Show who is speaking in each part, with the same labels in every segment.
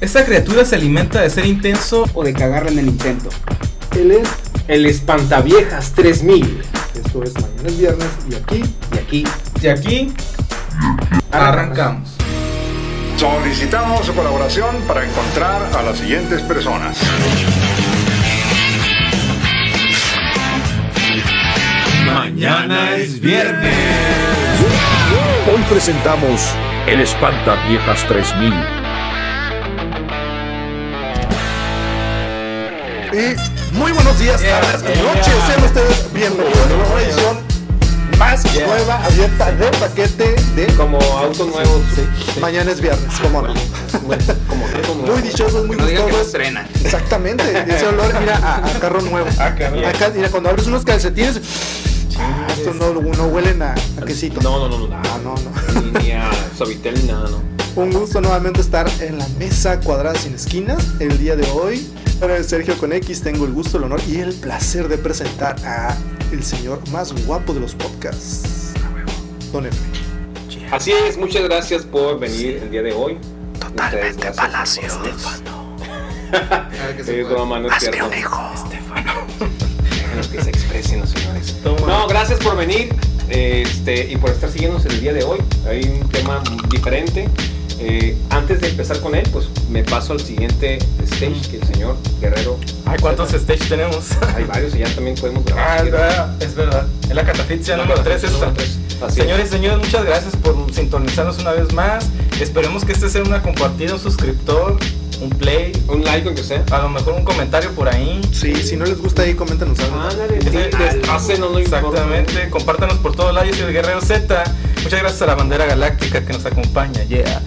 Speaker 1: Esta criatura se alimenta de ser intenso o de cagarla en el intento.
Speaker 2: Él es el Espantaviejas 3000. Esto es mañana es viernes y aquí,
Speaker 1: Y aquí, y aquí, arrancamos.
Speaker 3: Solicitamos su colaboración para encontrar a las siguientes personas.
Speaker 4: Mañana es viernes.
Speaker 5: Hoy presentamos El Espanta Viejas 3000.
Speaker 6: Y muy buenos días,
Speaker 1: Yeah,
Speaker 6: tardes,
Speaker 1: yeah,
Speaker 6: noches.
Speaker 1: yeah.
Speaker 6: Sean ustedes bienvenidos a una edición más
Speaker 2: Yeah.
Speaker 6: nueva, abierta de paquete de
Speaker 2: como auto nuevo.
Speaker 6: mañana es viernes, como no.
Speaker 2: Como auto nuevo.
Speaker 6: Muy dichosos, muy
Speaker 1: No digan que no
Speaker 6: gustosos.
Speaker 1: estrena.
Speaker 6: Exactamente, ese olor, mira, a, a carro nuevo.
Speaker 2: Ah,
Speaker 1: A carro.
Speaker 6: A ca- mira, cuando abres unos calcetines, ah, esto no, no huelen a, a quesito.
Speaker 2: No, no, no, no. nada.
Speaker 6: Ah, no, no.
Speaker 2: Ni, ni a Suavitel ni nada, no.
Speaker 6: Un gusto nuevamente estar en la mesa cuadrada sin esquinas el día de hoy. Bueno, Sergio con X, tengo el gusto, el honor y el placer de presentar a el señor más guapo de los podcasts. Don Efe.
Speaker 2: Así es, muchas gracias por venir el día de hoy. Totalmente Palacio.
Speaker 1: Claro que se
Speaker 2: Sí,
Speaker 1: puede.
Speaker 2: no, mano, es cierto. Déjanos que se expresen los señores. No, gracias por venir este, y por estar siguiéndonos el día de hoy. Hay un tema diferente. Eh, antes de empezar con él, pues me paso al siguiente stage que el señor Guerrero.
Speaker 1: Ay, ¿cuántos stage tenemos?
Speaker 2: Hay varios y ya también podemos
Speaker 1: Ah,
Speaker 2: grabar.
Speaker 1: es verdad, es verdad. Es la catafixia número 3 esta.
Speaker 2: Así es.
Speaker 1: Señores y señores, muchas gracias por sintonizarnos una vez más. Esperemos que este sea una compartida, un suscriptor, un play,
Speaker 2: Un like aunque sea.
Speaker 1: a lo mejor un comentario por ahí.
Speaker 6: Sí, si no les gusta ahí, coméntanos algo.
Speaker 2: Ándale, sí,
Speaker 1: Ese-
Speaker 2: deshacen, no, no
Speaker 1: Este,
Speaker 2: importa.
Speaker 1: Exactamente, compártanos por todos lados. Yo soy el Guerrero Z. Muchas gracias a la bandera galáctica que nos acompaña. Yeah.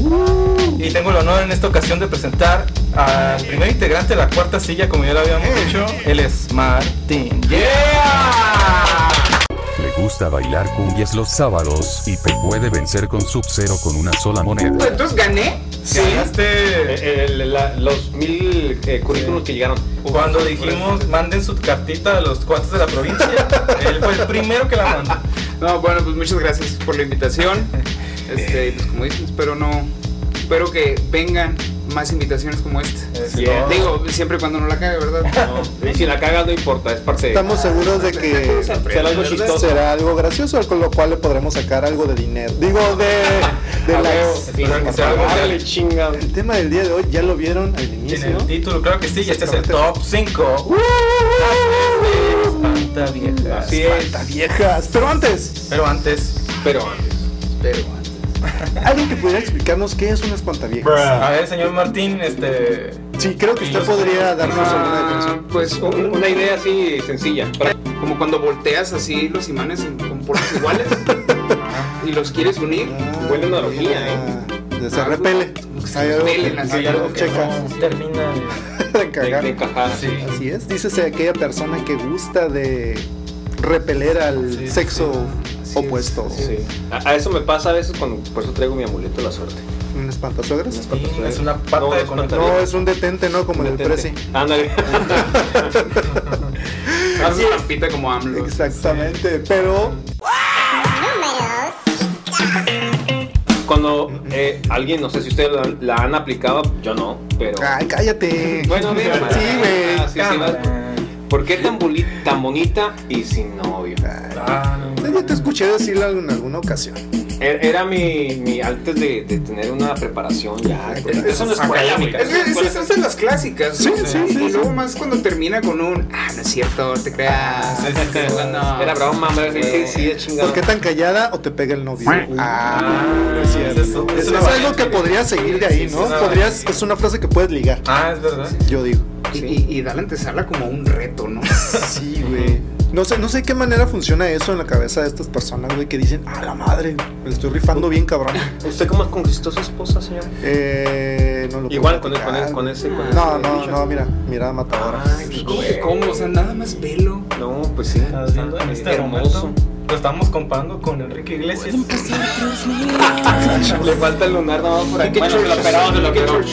Speaker 2: Uh.
Speaker 1: Y tengo el honor en esta ocasión de presentar al primer integrante de la cuarta silla, como ya lo habíamos
Speaker 2: Eh.
Speaker 1: dicho. Él es Martín. Yeah.
Speaker 7: Le gusta bailar cumbias los sábados y te puede vencer con Sub-Zero con una sola moneda.
Speaker 1: Pues, Entonces gané. Sí. Ganaste.
Speaker 2: Eh, el- la- los mil eh, currículums que llegaron.
Speaker 1: Cuando dijimos manden su cartita a los cuates de la provincia, él fue el primero que la mandó.
Speaker 8: No, bueno, pues muchas gracias por la invitación. Este, y pues como dicen, espero no. Espero que vengan más invitaciones como esta.
Speaker 2: Bien.
Speaker 8: Digo, siempre y cuando no la cague, ¿verdad?
Speaker 2: No, y si la cagas no importa, es parte de.
Speaker 6: Estamos seguros de que
Speaker 2: Será algo chistoso.
Speaker 6: será algo gracioso, con lo cual le podremos sacar algo de dinero. Digo, de, de
Speaker 2: A huevo,
Speaker 6: likes.
Speaker 2: sí,
Speaker 1: Espero que sea algo
Speaker 2: Órale, chinga.
Speaker 6: El tema del día de hoy ya lo vieron al
Speaker 1: Tiene
Speaker 6: inicio.
Speaker 1: el título, claro que sí, y este es el top 5. Espanta viejas.
Speaker 2: Uh. Así es.
Speaker 6: Está viejas. Pero antes,
Speaker 1: Pero antes,
Speaker 2: Pero antes.
Speaker 6: alguien que pudiera explicarnos qué es una espantaviejas.
Speaker 1: a ver, señor Martín, este.
Speaker 6: Sí, creo que usted podría darnos alguna definición.
Speaker 8: Ah, pues
Speaker 2: Un-
Speaker 8: un-
Speaker 2: Una idea así sencilla. Para-
Speaker 8: como cuando volteas así los imanes en- con polos iguales y los quieres unir.
Speaker 6: Ah.
Speaker 2: Huele una orgía,
Speaker 6: ¿eh? Se repele. Hay algo
Speaker 8: repelen, así,
Speaker 6: hay algo que checa.
Speaker 1: Termina.
Speaker 6: de
Speaker 2: de-
Speaker 6: cagar.
Speaker 2: de encajar.
Speaker 6: Así es. Dícese aquella persona que gusta de repeler al sexo
Speaker 8: Así es,
Speaker 6: opuesto.
Speaker 2: Sí. A, a eso me pasa a veces cuando por eso traigo mi amuleto de la suerte.
Speaker 6: ¿Un espantasuegras?
Speaker 1: Es una pata
Speaker 2: No,
Speaker 1: de
Speaker 2: es pata.
Speaker 1: conejo.
Speaker 6: No, es un detente, ¿no? Como en el Prezi.
Speaker 2: Detente. Ándale.
Speaker 8: Haces estampita como AMLO.
Speaker 6: Exactamente, pero
Speaker 2: cuando eh, alguien, no sé si ustedes la, la han aplicado, yo no, pero.
Speaker 6: ay, cállate.
Speaker 2: Bueno, mira,
Speaker 6: sí, güey.
Speaker 2: Ah, sí, sí, va.
Speaker 1: Cámara.
Speaker 2: ¿Por qué tan, boli- tan bonita y sin novio?
Speaker 1: Ah, no.
Speaker 6: Yo te escuché decirlo en alguna ocasión.
Speaker 2: Er- Era mi, mi antes de, de tener una preparación ya.
Speaker 6: Ay,
Speaker 2: porque Eso no es escuela, güey.
Speaker 8: Es que es-
Speaker 2: Escuela-
Speaker 8: esas son las clásicas.
Speaker 6: Sí,
Speaker 8: ¿no?
Speaker 6: sí, sí,
Speaker 8: Y luego
Speaker 6: sí.
Speaker 8: más cuando termina con un. Ah, no es cierto, te creas. No.
Speaker 2: Era broma, hombre. Sí, sí, es chingado.
Speaker 6: ¿Por qué tan callada o te pega el novio? Ah,
Speaker 1: Ah, es eso.
Speaker 6: es,
Speaker 1: una
Speaker 6: es algo que
Speaker 1: variante.
Speaker 6: podría seguir de ahí,
Speaker 1: Sí,
Speaker 6: ¿no?
Speaker 1: sí, sí.
Speaker 6: Podrías, es una frase que puedes ligar,
Speaker 1: Ah, es verdad.
Speaker 6: yo digo.
Speaker 8: Y, y, y da la antesala como un reto, ¿no?
Speaker 6: Sí, güey. No sé, no sé qué manera funciona eso en la cabeza de estas personas, güey, que dicen, a la madre, me lo estoy rifando bien, cabrón.
Speaker 2: ¿Usted cómo conquistó su esposa, señor?
Speaker 6: Eh, no lo puedo
Speaker 2: Igual con, el- con,
Speaker 6: platicar.
Speaker 2: el- con ese. Con ese
Speaker 6: No, no,
Speaker 2: dicho.
Speaker 6: no, mira, mira, matadora.
Speaker 2: Ay, pues,
Speaker 8: ¿Cómo que
Speaker 2: güey.
Speaker 8: cómo? O sea, nada más pelo.
Speaker 2: No, pues sí.
Speaker 1: Estás viendo en este
Speaker 2: hermoso.
Speaker 1: momento. Lo estamos comparando con Enrique Iglesias.
Speaker 2: Le falta el lunar nada más por aquí. Bueno, me lo operaron, me lo operaron.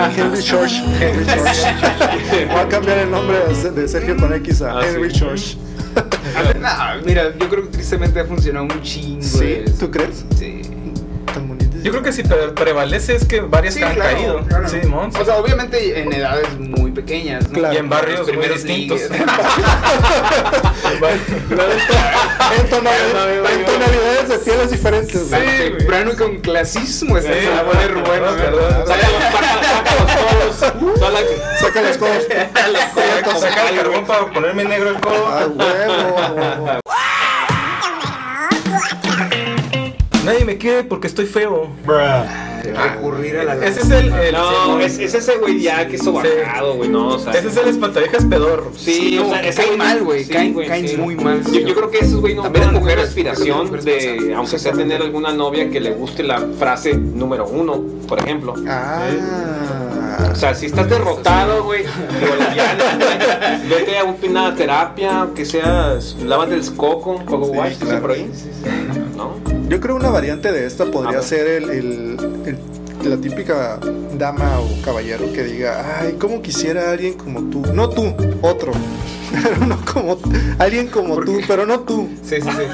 Speaker 2: Ah.
Speaker 6: Henry Church. Henry Church. Voy a cambiar el nombre de- de Sergio con X a
Speaker 2: Ah, sí.
Speaker 6: Henry Church.
Speaker 8: No, mira, yo creo que tristemente ha funcionado un chingo.
Speaker 6: ¿Sí?
Speaker 8: eso.
Speaker 6: ¿Tú crees?
Speaker 8: Sí.
Speaker 6: Tan bonita
Speaker 1: Yo creo que si pre- prevalece es que varias
Speaker 8: Sí,
Speaker 1: que han
Speaker 8: claro,
Speaker 1: caído.
Speaker 8: claro.
Speaker 1: Sí, mon, sí.
Speaker 8: O sea, obviamente en edades muy pequeñas, ¿no?
Speaker 6: Claro.
Speaker 1: y en barrios
Speaker 8: Las
Speaker 1: muy
Speaker 8: primeras
Speaker 1: distintos.
Speaker 8: ligas.
Speaker 6: En tonalidades, en tonalidades de pieles diferentes. güey.
Speaker 1: Sí, güey.
Speaker 8: Temprano y con clasismo este
Speaker 1: Sí,
Speaker 8: se va a poner
Speaker 1: perdón,
Speaker 8: bueno. ¿no?
Speaker 1: perdón.
Speaker 2: Saca los- saca- saca los codos, saca-
Speaker 6: Saca los codos.
Speaker 1: Saca- Saca el carbón para ponerme negro el
Speaker 6: Ah,
Speaker 1: codo.
Speaker 6: huevo, a huevo.
Speaker 1: Nadie me quiere porque estoy feo.
Speaker 8: Recurrir a la
Speaker 1: Ese es el. el-
Speaker 2: No,
Speaker 1: sí,
Speaker 2: es, es ese güey ya que es sobajado, güey. No, o sea.
Speaker 1: Ese es el espantaviejas pedor.
Speaker 2: Sí,
Speaker 8: No,
Speaker 2: o sea,
Speaker 8: que
Speaker 2: ese
Speaker 8: caen
Speaker 2: güey-
Speaker 8: mal, güey, caen- caen muy mal.
Speaker 2: Yo, yo creo que esos güey no
Speaker 8: También
Speaker 2: van
Speaker 8: las
Speaker 2: a tener
Speaker 8: mujeres,
Speaker 2: aspiración
Speaker 8: creo que las mujeres
Speaker 2: de,
Speaker 8: pasan.
Speaker 2: aunque sea tener alguna novia que le guste la frase número uno, por ejemplo.
Speaker 6: Ah.
Speaker 2: O sea, si estás derrotado, güey, o lesbiana, güey, vete a una terapia, que seas, lávate el coco, coco guay, que sea por ahí, ¿no?
Speaker 6: Yo creo una variante de esta podría
Speaker 2: Ajá.
Speaker 6: ser el, el- el- la típica dama o caballero que diga, ay, cómo quisiera a alguien como tú, no tú, otro, pero no como alguien como tú, pero no tú.
Speaker 8: Sí, sí, sí.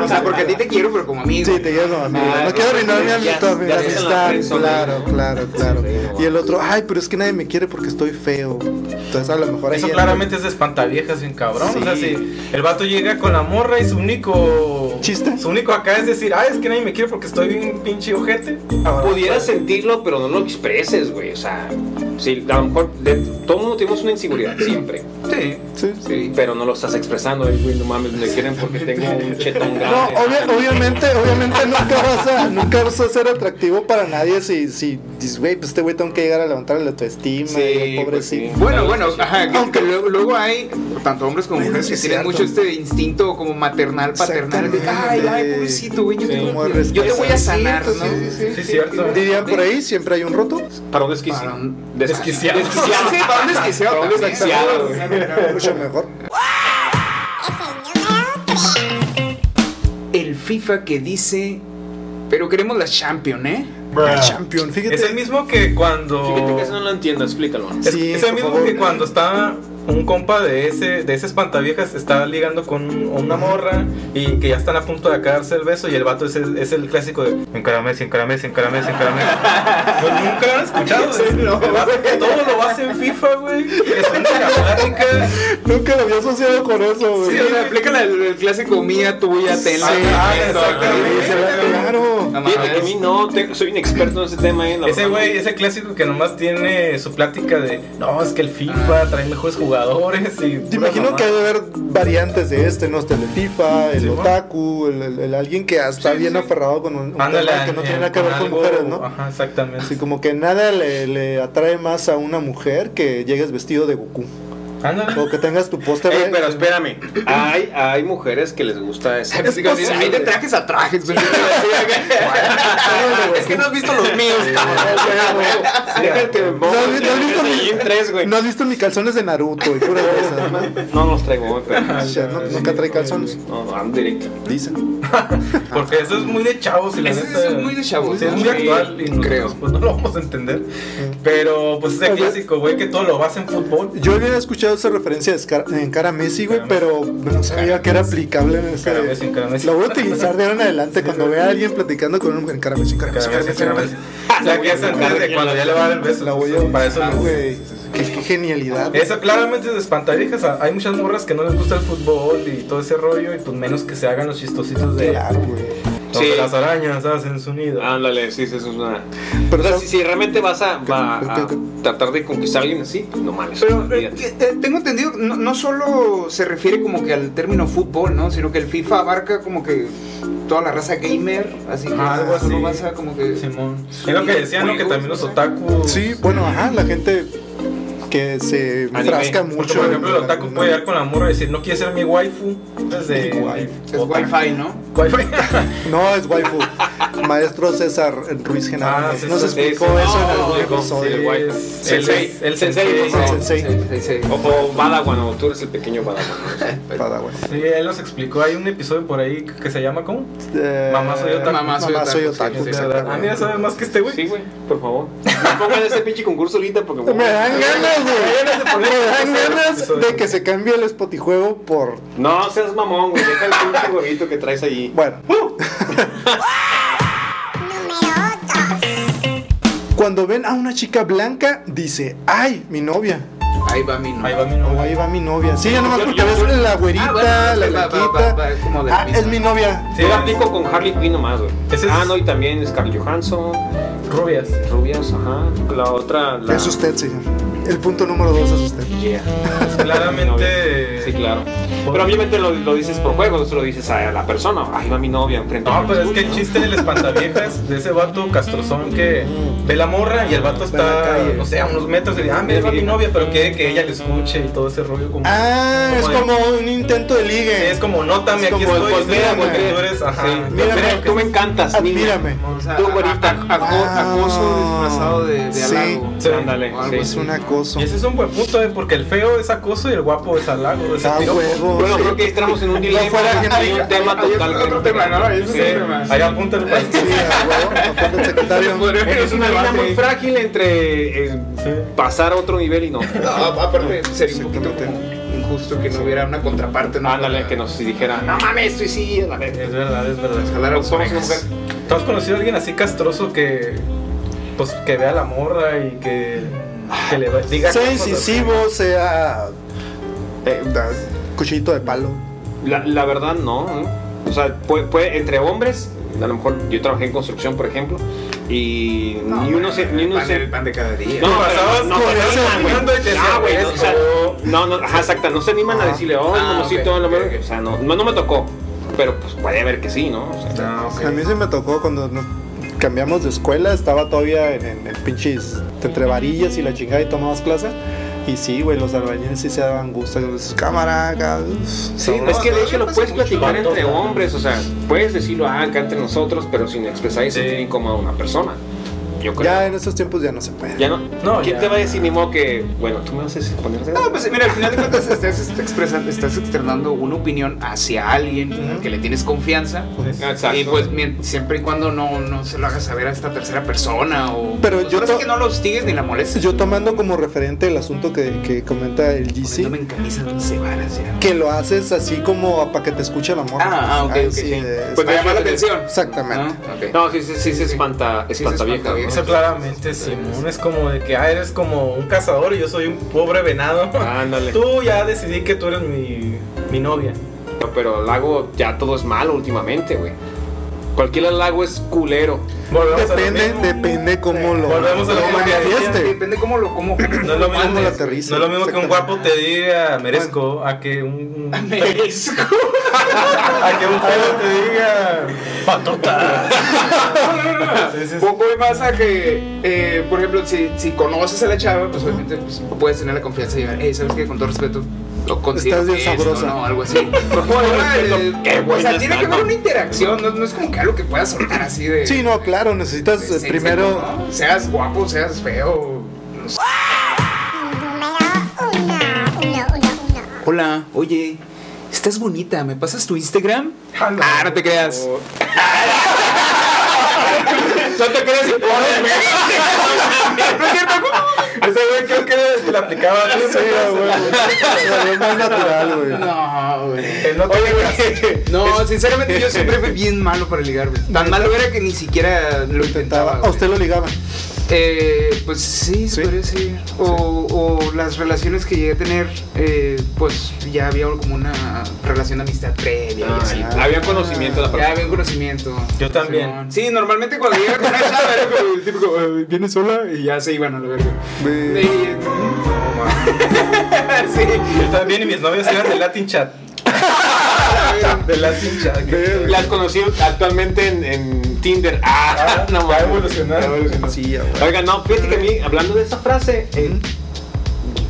Speaker 8: O sea, porque a ti te quiero, pero como amigo.
Speaker 6: Sí, te quiero como amigo.
Speaker 2: Ah,
Speaker 6: no quiero
Speaker 2: no,
Speaker 6: arruinar mi
Speaker 2: ya-
Speaker 6: amistad,
Speaker 2: ya
Speaker 6: mi
Speaker 2: se la
Speaker 6: amistad.
Speaker 2: pensó,
Speaker 6: Claro,
Speaker 2: ¿no?
Speaker 6: claro, claro.
Speaker 2: Sí,
Speaker 6: Y el otro, ay, pero es que nadie me quiere porque estoy feo. Entonces a lo mejor ahí
Speaker 1: Eso
Speaker 6: el-
Speaker 1: claramente es de espantaviejas bien cabrón. O sea,
Speaker 6: Sí.
Speaker 1: si el vato llega con la morra y su único.
Speaker 6: ¿Chiste?
Speaker 1: Su único acá es decir, ah, es que nadie me quiere porque estoy bien pinche ojete. Ah,
Speaker 2: Pudieras sentirlo, pero no lo expreses, güey. O sea, sí, a lo mejor de, todo mundo tenemos una inseguridad siempre,
Speaker 1: Sí.
Speaker 6: Sí.
Speaker 2: sí, pero no lo estás expresando. Ay, güey, no mames, me quieren porque tengo un chetón
Speaker 6: No,
Speaker 2: grande.
Speaker 6: obvia- obviamente, obviamente nunca vas a, nunca vas a ser atractivo para nadie si, si dices, güey, pues este güey tengo que llegar a levantar la autoestima,
Speaker 2: Sí,
Speaker 6: y el
Speaker 2: pues
Speaker 6: pobrecito.
Speaker 2: sí.
Speaker 8: Bueno, bueno, ajá, que-
Speaker 6: Aunque-
Speaker 8: que luego, luego hay tanto hombres como
Speaker 6: Bueno,
Speaker 8: mujeres
Speaker 6: sí
Speaker 8: que
Speaker 6: es
Speaker 8: tienen
Speaker 6: cierto.
Speaker 8: mucho este instinto como maternal, paternal. De, ay,
Speaker 6: Exactamente.
Speaker 8: ay, pobrecito, güey, yo,
Speaker 2: Sí.
Speaker 8: te-
Speaker 6: Como
Speaker 8: yo te voy a
Speaker 6: respetar. pues,
Speaker 8: sanar, ¿no?
Speaker 1: Sí, es cierto.
Speaker 6: Dirían por ahí, siempre hay un roto.
Speaker 2: Para un desquici-
Speaker 8: Para un-
Speaker 2: des-
Speaker 1: Desquiciado.
Speaker 2: desquiciado.
Speaker 8: Sí, para un desquiciado
Speaker 2: Para un
Speaker 8: también.
Speaker 2: desquiciado, güey.
Speaker 6: Mucho mejor.
Speaker 8: El FIFA que dice, pero queremos la Champion, ¿eh?
Speaker 6: Champion, fíjate.
Speaker 1: Es el mismo que cuando.
Speaker 2: Fíjate que eso no lo entiendo, explícalo.
Speaker 1: Es,
Speaker 6: Sí,
Speaker 1: es el
Speaker 6: por
Speaker 1: mismo
Speaker 6: favor.
Speaker 1: que cuando está un compa de ese, de ese espantaviejas está ligando con un- una morra y que ya están a punto de acabarse el beso y el vato es el, es el clásico de encaramés, encaramés, encaramés, encaramés. Pues nunca lo han escuchado. güey. El vato que todo lo hace en FIFA, güey. Es una plática.
Speaker 6: Nunca lo había asociado con eso, güey.
Speaker 8: Sí, o sea, aplica la- el clásico mía, tuya, tela.
Speaker 1: Sí, ah,
Speaker 8: esto,
Speaker 1: exactamente.
Speaker 8: aquello.
Speaker 6: Sí, Claro.
Speaker 8: No
Speaker 2: Fíjate que a
Speaker 8: mames.
Speaker 2: mí no, te- soy inexperto en ese tema. eh, la
Speaker 1: Ese
Speaker 2: verdad.
Speaker 1: güey, ese clásico que nomás tiene su plática de no, es que el FIFA trae mejores jugadores y.
Speaker 6: Te imagino que hay de haber variantes de este, ¿no? Este el de FIFA, el
Speaker 1: Sí, ¿no?
Speaker 6: otaku, el, el- el alguien que está bien aferrado con un, un
Speaker 1: Ándale,
Speaker 6: tema que no
Speaker 1: en-
Speaker 6: tiene nada que ver con
Speaker 1: algo-
Speaker 6: mujeres, ¿no?
Speaker 1: Ajá, exactamente.
Speaker 6: Así como que nada le, le atrae más a una mujer que llegues vestido de Goku.
Speaker 1: Ándale.
Speaker 6: O que tengas tu póster.
Speaker 2: Ey,
Speaker 6: de-
Speaker 2: pero espérame. Hay, hay mujeres que les gusta ese.
Speaker 8: Así que dice, Ay, de trajes a trajes. güey. es que no has visto los míos.
Speaker 2: Déjate,
Speaker 6: ¿No has vi- no has visto mi-
Speaker 2: Jin 3, güey.
Speaker 6: ¿No has visto mis calzones de Naruto y puras de esas, ¿no?
Speaker 2: No los traigo, güey, pero.
Speaker 6: O sea, no- nunca trae calzones.
Speaker 2: No, no, ando directo.
Speaker 6: Dicen.
Speaker 1: Porque eso es muy de chavos. y la
Speaker 8: Eso
Speaker 1: neta-
Speaker 8: es muy de chavos,
Speaker 1: Sí, es
Speaker 8: ¿no?
Speaker 1: muy
Speaker 8: Sí,
Speaker 1: actual y nosotros,
Speaker 8: creo.
Speaker 1: pues, no lo vamos a entender. Pero pues es el
Speaker 6: Oye.
Speaker 1: clásico, güey, que todo lo vas en fútbol.
Speaker 6: Yo había escuchado esa referencia de Scar- en cara a Messi, güey, pero no sabía que era aplicable en ese.
Speaker 1: Cara a Messi, en cara a Messi.
Speaker 6: Lo voy a utilizar de ahora en adelante cuando vea a alguien platicando con un en cara a Messi, en cara a Messi, en cara a Messi, en cara a Messi.
Speaker 1: O sea, que es antes de cuando ya le va a dar el beso.
Speaker 6: La voy a. Ah,
Speaker 1: Para eso Eh, no,
Speaker 6: güey. Qué qué genialidad.
Speaker 1: Eso claramente es de espantaviejas. Hay muchas morras que no les gusta el fútbol y todo ese rollo. Y pues menos que se hagan los chistositos de
Speaker 6: Claro, Ah, güey.
Speaker 1: donde
Speaker 2: Sí.
Speaker 1: las arañas hacen su nido.
Speaker 8: Ah,
Speaker 2: Ándale, sí, sí, eso es una.
Speaker 6: Pero
Speaker 2: o sea,
Speaker 6: son-
Speaker 2: si, si realmente vas a, va a
Speaker 6: ok, ok.
Speaker 2: tratar de conquistar a alguien así, pues no mames.
Speaker 8: Pero eh,
Speaker 2: olvídate.
Speaker 8: eh, eh, tengo entendido, no, no solo se refiere como que al término fútbol, ¿no? Sino que el FIFA abarca como que toda la raza gamer, así que
Speaker 1: Ah, algo
Speaker 8: solo
Speaker 1: así.
Speaker 8: vas a como que...
Speaker 1: Simón. Es lo que decían, ¿no? Que también los otaku.
Speaker 6: Sí, bueno, ajá, la gente que se
Speaker 2: Anime.
Speaker 6: enfrasca
Speaker 1: Porque,
Speaker 6: mucho.
Speaker 1: por ejemplo,
Speaker 6: en-
Speaker 1: el otaku
Speaker 6: en-
Speaker 1: puede llegar con la morra y decir, no quiere ser mi waifu. Desde
Speaker 6: Mi waifu.
Speaker 8: eh, Es Wi-Fi, ¿no?
Speaker 1: Wi-Fi.
Speaker 6: No, es waifu. Maestro César Ruiz Genaro.
Speaker 1: Ah,
Speaker 6: Nos
Speaker 1: César,
Speaker 6: explicó
Speaker 2: sí, sí.
Speaker 6: eso en
Speaker 2: No,
Speaker 6: algún
Speaker 2: explicó,
Speaker 6: episodio.
Speaker 2: sí, waifu.
Speaker 1: Es-
Speaker 2: Sensei.
Speaker 1: el- el
Speaker 2: Sensei,
Speaker 1: sensei,
Speaker 2: por favor.
Speaker 1: dice.
Speaker 6: Sensei.
Speaker 8: Sí, sí.
Speaker 2: O, o Padawan, o tú eres el pequeño Padawan. ¿no?
Speaker 6: Espada, güey.
Speaker 1: Sí, él nos explicó. Hay un episodio por ahí que se llama ¿cómo?
Speaker 6: Eh,
Speaker 1: Mamá soy otaku.
Speaker 6: Mamá soy
Speaker 8: Mamá soy
Speaker 6: otaku,
Speaker 8: otaku, sí,
Speaker 6: exactamente.
Speaker 1: Ah, mira, sabe más que este güey.
Speaker 2: Sí, güey, por favor. No pongan ese pinche concurso ahorita porque.
Speaker 6: Me dan ganas, güey. Me dan ganas de que se cambie el spotijuego por.
Speaker 2: No seas mamón, güey. Deja el pinche huevito que traes ahí.
Speaker 6: Bueno, Cuando ven a una chica blanca, dice, ay, mi novia.
Speaker 8: Ahí va mi
Speaker 1: Ahí
Speaker 8: nombre.
Speaker 1: va mi
Speaker 6: O
Speaker 1: novia.
Speaker 6: ahí va mi novia. Sí, ya nomás
Speaker 2: Yo-
Speaker 6: porque
Speaker 2: yo-
Speaker 6: ves
Speaker 2: yo-
Speaker 6: la güerita,
Speaker 8: Ah, bueno, es
Speaker 6: la
Speaker 8: que va- va-
Speaker 6: blanquita.
Speaker 8: va- va- es como de
Speaker 6: Ah,
Speaker 8: mismo.
Speaker 6: es mi novia.
Speaker 1: Sí,
Speaker 2: Yo la aplico con Harley Quinn nomás, güey.
Speaker 1: Ese es-
Speaker 2: Ah, no, y también Scarlett Johansson,
Speaker 1: rubias.
Speaker 2: rubias, ajá. La otra, la...
Speaker 6: Es usted, señor. El punto número dos es usted.
Speaker 2: Yeah.
Speaker 1: Claramente.
Speaker 2: Sí, claro. Pero obviamente lo, lo dices por juego, no se lo dices a la persona. Ahí va mi novia enfrente.
Speaker 1: No,
Speaker 2: de
Speaker 1: pero es
Speaker 2: mí,
Speaker 1: que el
Speaker 2: ¿no?
Speaker 1: chiste del espantaviejas, de ese vato castrozón que ve la morra y el vato
Speaker 6: Mm. Ve la
Speaker 1: está,
Speaker 6: calle.
Speaker 1: no sé, a unos metros y dice, ah, mira, ahí va mi novia, pero quiere que ella le escuche y todo ese rollo como...
Speaker 6: Ah, es
Speaker 1: Como
Speaker 6: como un intento de ligue.
Speaker 1: Sí, es como, nótame,
Speaker 6: Es
Speaker 1: aquí
Speaker 2: Pues,
Speaker 6: como el
Speaker 1: estoy, estoy
Speaker 6: voltea,
Speaker 1: porque
Speaker 6: güey.
Speaker 1: tú eres, ajá.
Speaker 2: Sí.
Speaker 1: Pero mira,
Speaker 6: Mira,
Speaker 2: Mira, tú me encantas, niña.
Speaker 6: Admírame.
Speaker 8: O sea,
Speaker 2: Tú,
Speaker 8: a-
Speaker 2: güerita.
Speaker 1: Ah,
Speaker 8: a- a- acoso
Speaker 6: Wow.
Speaker 8: disfrazado de, de
Speaker 6: Sí.
Speaker 8: halago.
Speaker 1: Sí.
Speaker 2: Ándale,
Speaker 8: O algo
Speaker 2: sí.
Speaker 6: Es un acoso.
Speaker 1: Y ese es un buen punto, eh, porque el feo es acoso y el guapo es halago. Es
Speaker 6: Ah,
Speaker 1: piropo.
Speaker 6: huevo.
Speaker 2: Bueno, creo que entramos en un dilema.
Speaker 6: fuera
Speaker 2: hay
Speaker 6: Henry,
Speaker 2: un tema
Speaker 8: hay- hay
Speaker 2: total.
Speaker 8: otro
Speaker 2: que-
Speaker 8: tema, ¿no? Ese es
Speaker 2: Sí.
Speaker 8: el tema.
Speaker 1: Ahí apunta el
Speaker 6: Sí,
Speaker 1: país.
Speaker 6: a huevo, apunta el secretario.
Speaker 8: Podría-
Speaker 2: Es una línea muy frágil entre eh, pasar a otro nivel y no.
Speaker 8: No, a- aparte sería un poquito
Speaker 6: Exactamente.
Speaker 8: como injusto que no hubiera una contraparte. ¿no?
Speaker 2: Ándale, que nos dijera, no mames, estoy sí, a la verga.
Speaker 1: Es verdad, es verdad.
Speaker 8: Jalar a
Speaker 2: Somos una
Speaker 8: orejas.
Speaker 2: mujer.
Speaker 1: ¿Tú has conocido a alguien así castroso que, pues, que vea a la morra y que, que le va- diga
Speaker 6: Sea
Speaker 1: cosas así?
Speaker 6: incisivo, sea. eh, da- cuchillito de palo.
Speaker 2: La, la verdad, no. ¿eh? O sea, puede, puede- entre hombres, a lo mejor yo trabajé en construcción, por ejemplo, y
Speaker 8: No,
Speaker 2: ni uno se. Ni uno
Speaker 8: pan,
Speaker 2: se
Speaker 8: el pan de cada día.
Speaker 2: No,
Speaker 1: Te
Speaker 2: pero
Speaker 1: pasabas
Speaker 2: no, no,
Speaker 1: con
Speaker 2: pero
Speaker 1: ese
Speaker 2: no, güey.
Speaker 1: mirando y te
Speaker 2: No,
Speaker 1: decía,
Speaker 2: güey, no,
Speaker 1: "Eso".
Speaker 2: o sea, No, no, ajá, exacta, no se animan a decirle, oh,
Speaker 8: Ah,
Speaker 2: mamacito,
Speaker 8: ok,
Speaker 2: no me-".
Speaker 8: ok.
Speaker 2: O sea, no, no, no me tocó. Pero pues puede haber que sí, ¿no? O sea,
Speaker 1: Ah, ok.
Speaker 6: A mí se me tocó cuando nos cambiamos de escuela, estaba todavía en, en, en pinches entre varillas y la chingada y tomabas clase. Y sí, güey, los albañiles sí se daban gusto. Entonces, cámara, acá, uf,
Speaker 2: Sí,
Speaker 6: sabroso.
Speaker 2: es que de hecho lo puedes platicar
Speaker 1: Vatos,
Speaker 2: entre
Speaker 1: ¿no?
Speaker 2: hombres, o sea, puedes decirlo ah, acá entre nosotros, pero sin expresar y
Speaker 1: Sí.
Speaker 2: sentir incómodo a una persona. Yo creo.
Speaker 6: Ya en estos tiempos ya no se puede.
Speaker 2: Ya no.
Speaker 1: No,
Speaker 2: ¿Quién
Speaker 1: ya.
Speaker 2: te va a decir ni modo que, bueno, tú me haces poner de-
Speaker 8: No, pues mira, al final de cuentas estás, expresando, estás externando una opinión hacia alguien al que le tienes confianza.
Speaker 2: Ah, Exacto.
Speaker 8: Y pues mien- siempre y cuando no, no se lo hagas saber a esta tercera persona o...
Speaker 6: Pero
Speaker 8: pues,
Speaker 6: yo
Speaker 8: ahora sí
Speaker 6: to-
Speaker 8: que no lo hostigues ni la molestes.
Speaker 6: Yo tomando como referente el asunto que, que comenta el GC,
Speaker 8: Poniéndome en camisa 12 varas ya.
Speaker 6: que lo haces así como para que te escuche la morra.
Speaker 8: Ah, ah, ok,
Speaker 6: Ay,
Speaker 8: ok,
Speaker 6: sí,
Speaker 8: sí.
Speaker 6: es-
Speaker 8: Pues te llama la atención.
Speaker 6: Exactamente.
Speaker 8: Ah, ok.
Speaker 2: No, sí, sí, sí, se espanta,
Speaker 8: Sí, se
Speaker 2: espanta vieja.
Speaker 8: espanta vieja.
Speaker 1: Eso claramente, Simón, es como de que, ah, eres como un cazador y yo soy un pobre venado.
Speaker 2: Ándale.
Speaker 1: Tú ya decidí que tú eres mi, mi novia.
Speaker 2: Pero el lago ya todo es malo últimamente, güey. Cualquier lago es culero.
Speaker 1: Volvemos a
Speaker 6: Depende,
Speaker 1: lo mismo.
Speaker 6: depende cómo lo,
Speaker 1: Volvemos a lo
Speaker 6: lo
Speaker 1: mismo que
Speaker 8: Depende-
Speaker 6: manifieste.
Speaker 8: Depende cómo lo... Cómo, cómo
Speaker 1: No es lo mismo, que-
Speaker 6: Cuando este, lo aterriza,
Speaker 1: no es lo mismo que un guapo te diga merezco a que un
Speaker 8: Merezco.
Speaker 1: a que un feo te diga patota. Sí, sí, sí.
Speaker 8: Poco y más a que, eh, por ejemplo, si, si conoces a la chava, pues obviamente pues, puedes tener la confianza y decir, hey, ¿sabes qué? Con todo respeto, lo considero
Speaker 6: Estás bien
Speaker 8: que esto",
Speaker 6: sabrosa.
Speaker 8: ¿no? Algo así. Ah, eh,
Speaker 2: Qué
Speaker 8: o
Speaker 2: buena
Speaker 8: sea, tiene
Speaker 2: estás,
Speaker 8: que haber
Speaker 2: ¿no?
Speaker 8: una interacción, no, no es como que algo que puedas soltar así de...
Speaker 6: Sí, no, claro,
Speaker 8: de
Speaker 6: necesitas eh,
Speaker 8: sexo,
Speaker 6: primero.
Speaker 8: ¿no? Seas guapo, seas feo. no sé. Hola, oye, estás bonita, ¿me pasas tu Instagram? Ah, no te creas.
Speaker 1: Oh.
Speaker 2: No te creas
Speaker 1: Ese güey creo que le aplicaba
Speaker 6: Sí, güey. Salió más natural, güey.
Speaker 8: No, güey.
Speaker 1: El no te digas.
Speaker 8: No, sinceramente yo siempre fui bien malo para ligar, güey. Tan malo era que ni siquiera lo intentaba.
Speaker 6: Intentaba. A
Speaker 8: güey.
Speaker 6: usted lo ligaban.
Speaker 8: Eh, pues
Speaker 6: Sí.
Speaker 8: sí, se podría decir. O, o las relaciones que llegué a tener, eh, pues ya había como una relación de amistad previa.
Speaker 1: Ah,
Speaker 8: y así.
Speaker 2: Había conocimiento de la
Speaker 8: Ya
Speaker 2: persona.
Speaker 8: había un conocimiento.
Speaker 1: Yo también.
Speaker 8: Sí, normalmente cuando llega con una chava era como el típico, "Eh, viene sola y ya se iban a la verga.
Speaker 6: Ve-
Speaker 8: Y- sí.
Speaker 1: Yo también y mis novias eran de Latin Chat. De Latin Chat.
Speaker 6: ve-
Speaker 2: Las conocí actualmente en, en Tinder. Ah, no
Speaker 1: Va a
Speaker 2: mames.
Speaker 1: evolucionar.
Speaker 6: Sí, ya, güey.
Speaker 2: Oiga, no, fíjate que a mí, hablando de esa frase, eh,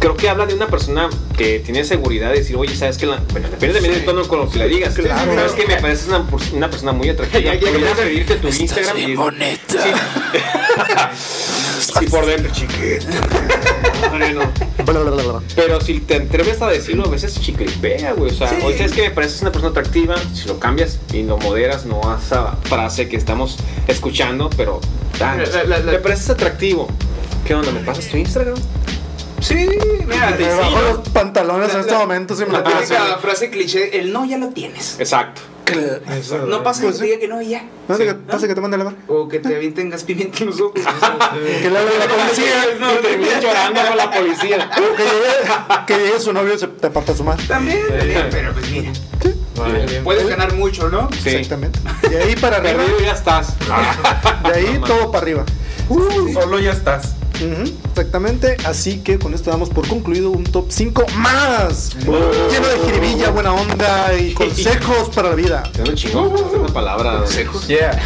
Speaker 2: creo que habla de una persona que tiene seguridad de decir, oye, sabes que la. Bueno, depende también del tono con lo que le digas.
Speaker 6: claro.
Speaker 2: Sabes que me pareces una, pers- una persona muy atractiva.
Speaker 8: Ya, ya, ya,
Speaker 2: Podrías
Speaker 8: ya.
Speaker 2: pedirte tu Instagram y. y por dentro, chiquito. Bueno.
Speaker 6: Bla, bla, bla, bla.
Speaker 2: Pero si te atreves a decirlo, a veces chiclipea, güey. O sea, hoy sabes que me pareces una persona atractiva, si lo cambias y lo moderas, no a esa frase que estamos escuchando, pero. ah,
Speaker 8: La- la- la-
Speaker 2: me pareces atractivo. ¿Qué onda? ¿Me pasas tu Instagram?
Speaker 8: Sí, mira,
Speaker 6: Me
Speaker 8: sí,
Speaker 6: bajo
Speaker 8: ¿no?
Speaker 6: los pantalones en este momento. sí me
Speaker 8: La
Speaker 6: lo-
Speaker 2: Ah,
Speaker 8: típica frase cliché, el no ya lo tienes.
Speaker 2: Exacto.
Speaker 6: Eso,
Speaker 8: No pasa que
Speaker 6: pues
Speaker 8: te
Speaker 6: sí.
Speaker 8: diga que no y ya.
Speaker 6: No, que- pasa que te mande a lavar.
Speaker 8: O que te avienten gas pimienta en los ojos.
Speaker 6: Que le hable a la policía.
Speaker 2: No, terminé llorando con la policía.
Speaker 6: O que llegue, que llegue su novio y se te parta su madre.
Speaker 8: También, también, pero pues mira. Puedes ganar mucho, ¿no?
Speaker 2: Sí.
Speaker 6: Exactamente. De ahí para arriba.
Speaker 2: Perdido ya estás.
Speaker 6: De ahí todo para arriba. Uh,
Speaker 1: Pues, Solo ya estás.
Speaker 6: ujú, Exactamente. Así que con esto damos por concluido un top 5 más.
Speaker 2: Uh.
Speaker 6: Lleno de jiribilla, buena onda y consejos para la vida.
Speaker 2: Te lo chingón.
Speaker 8: Uh-huh.
Speaker 2: Es una palabra. Consejos.
Speaker 1: Yeah.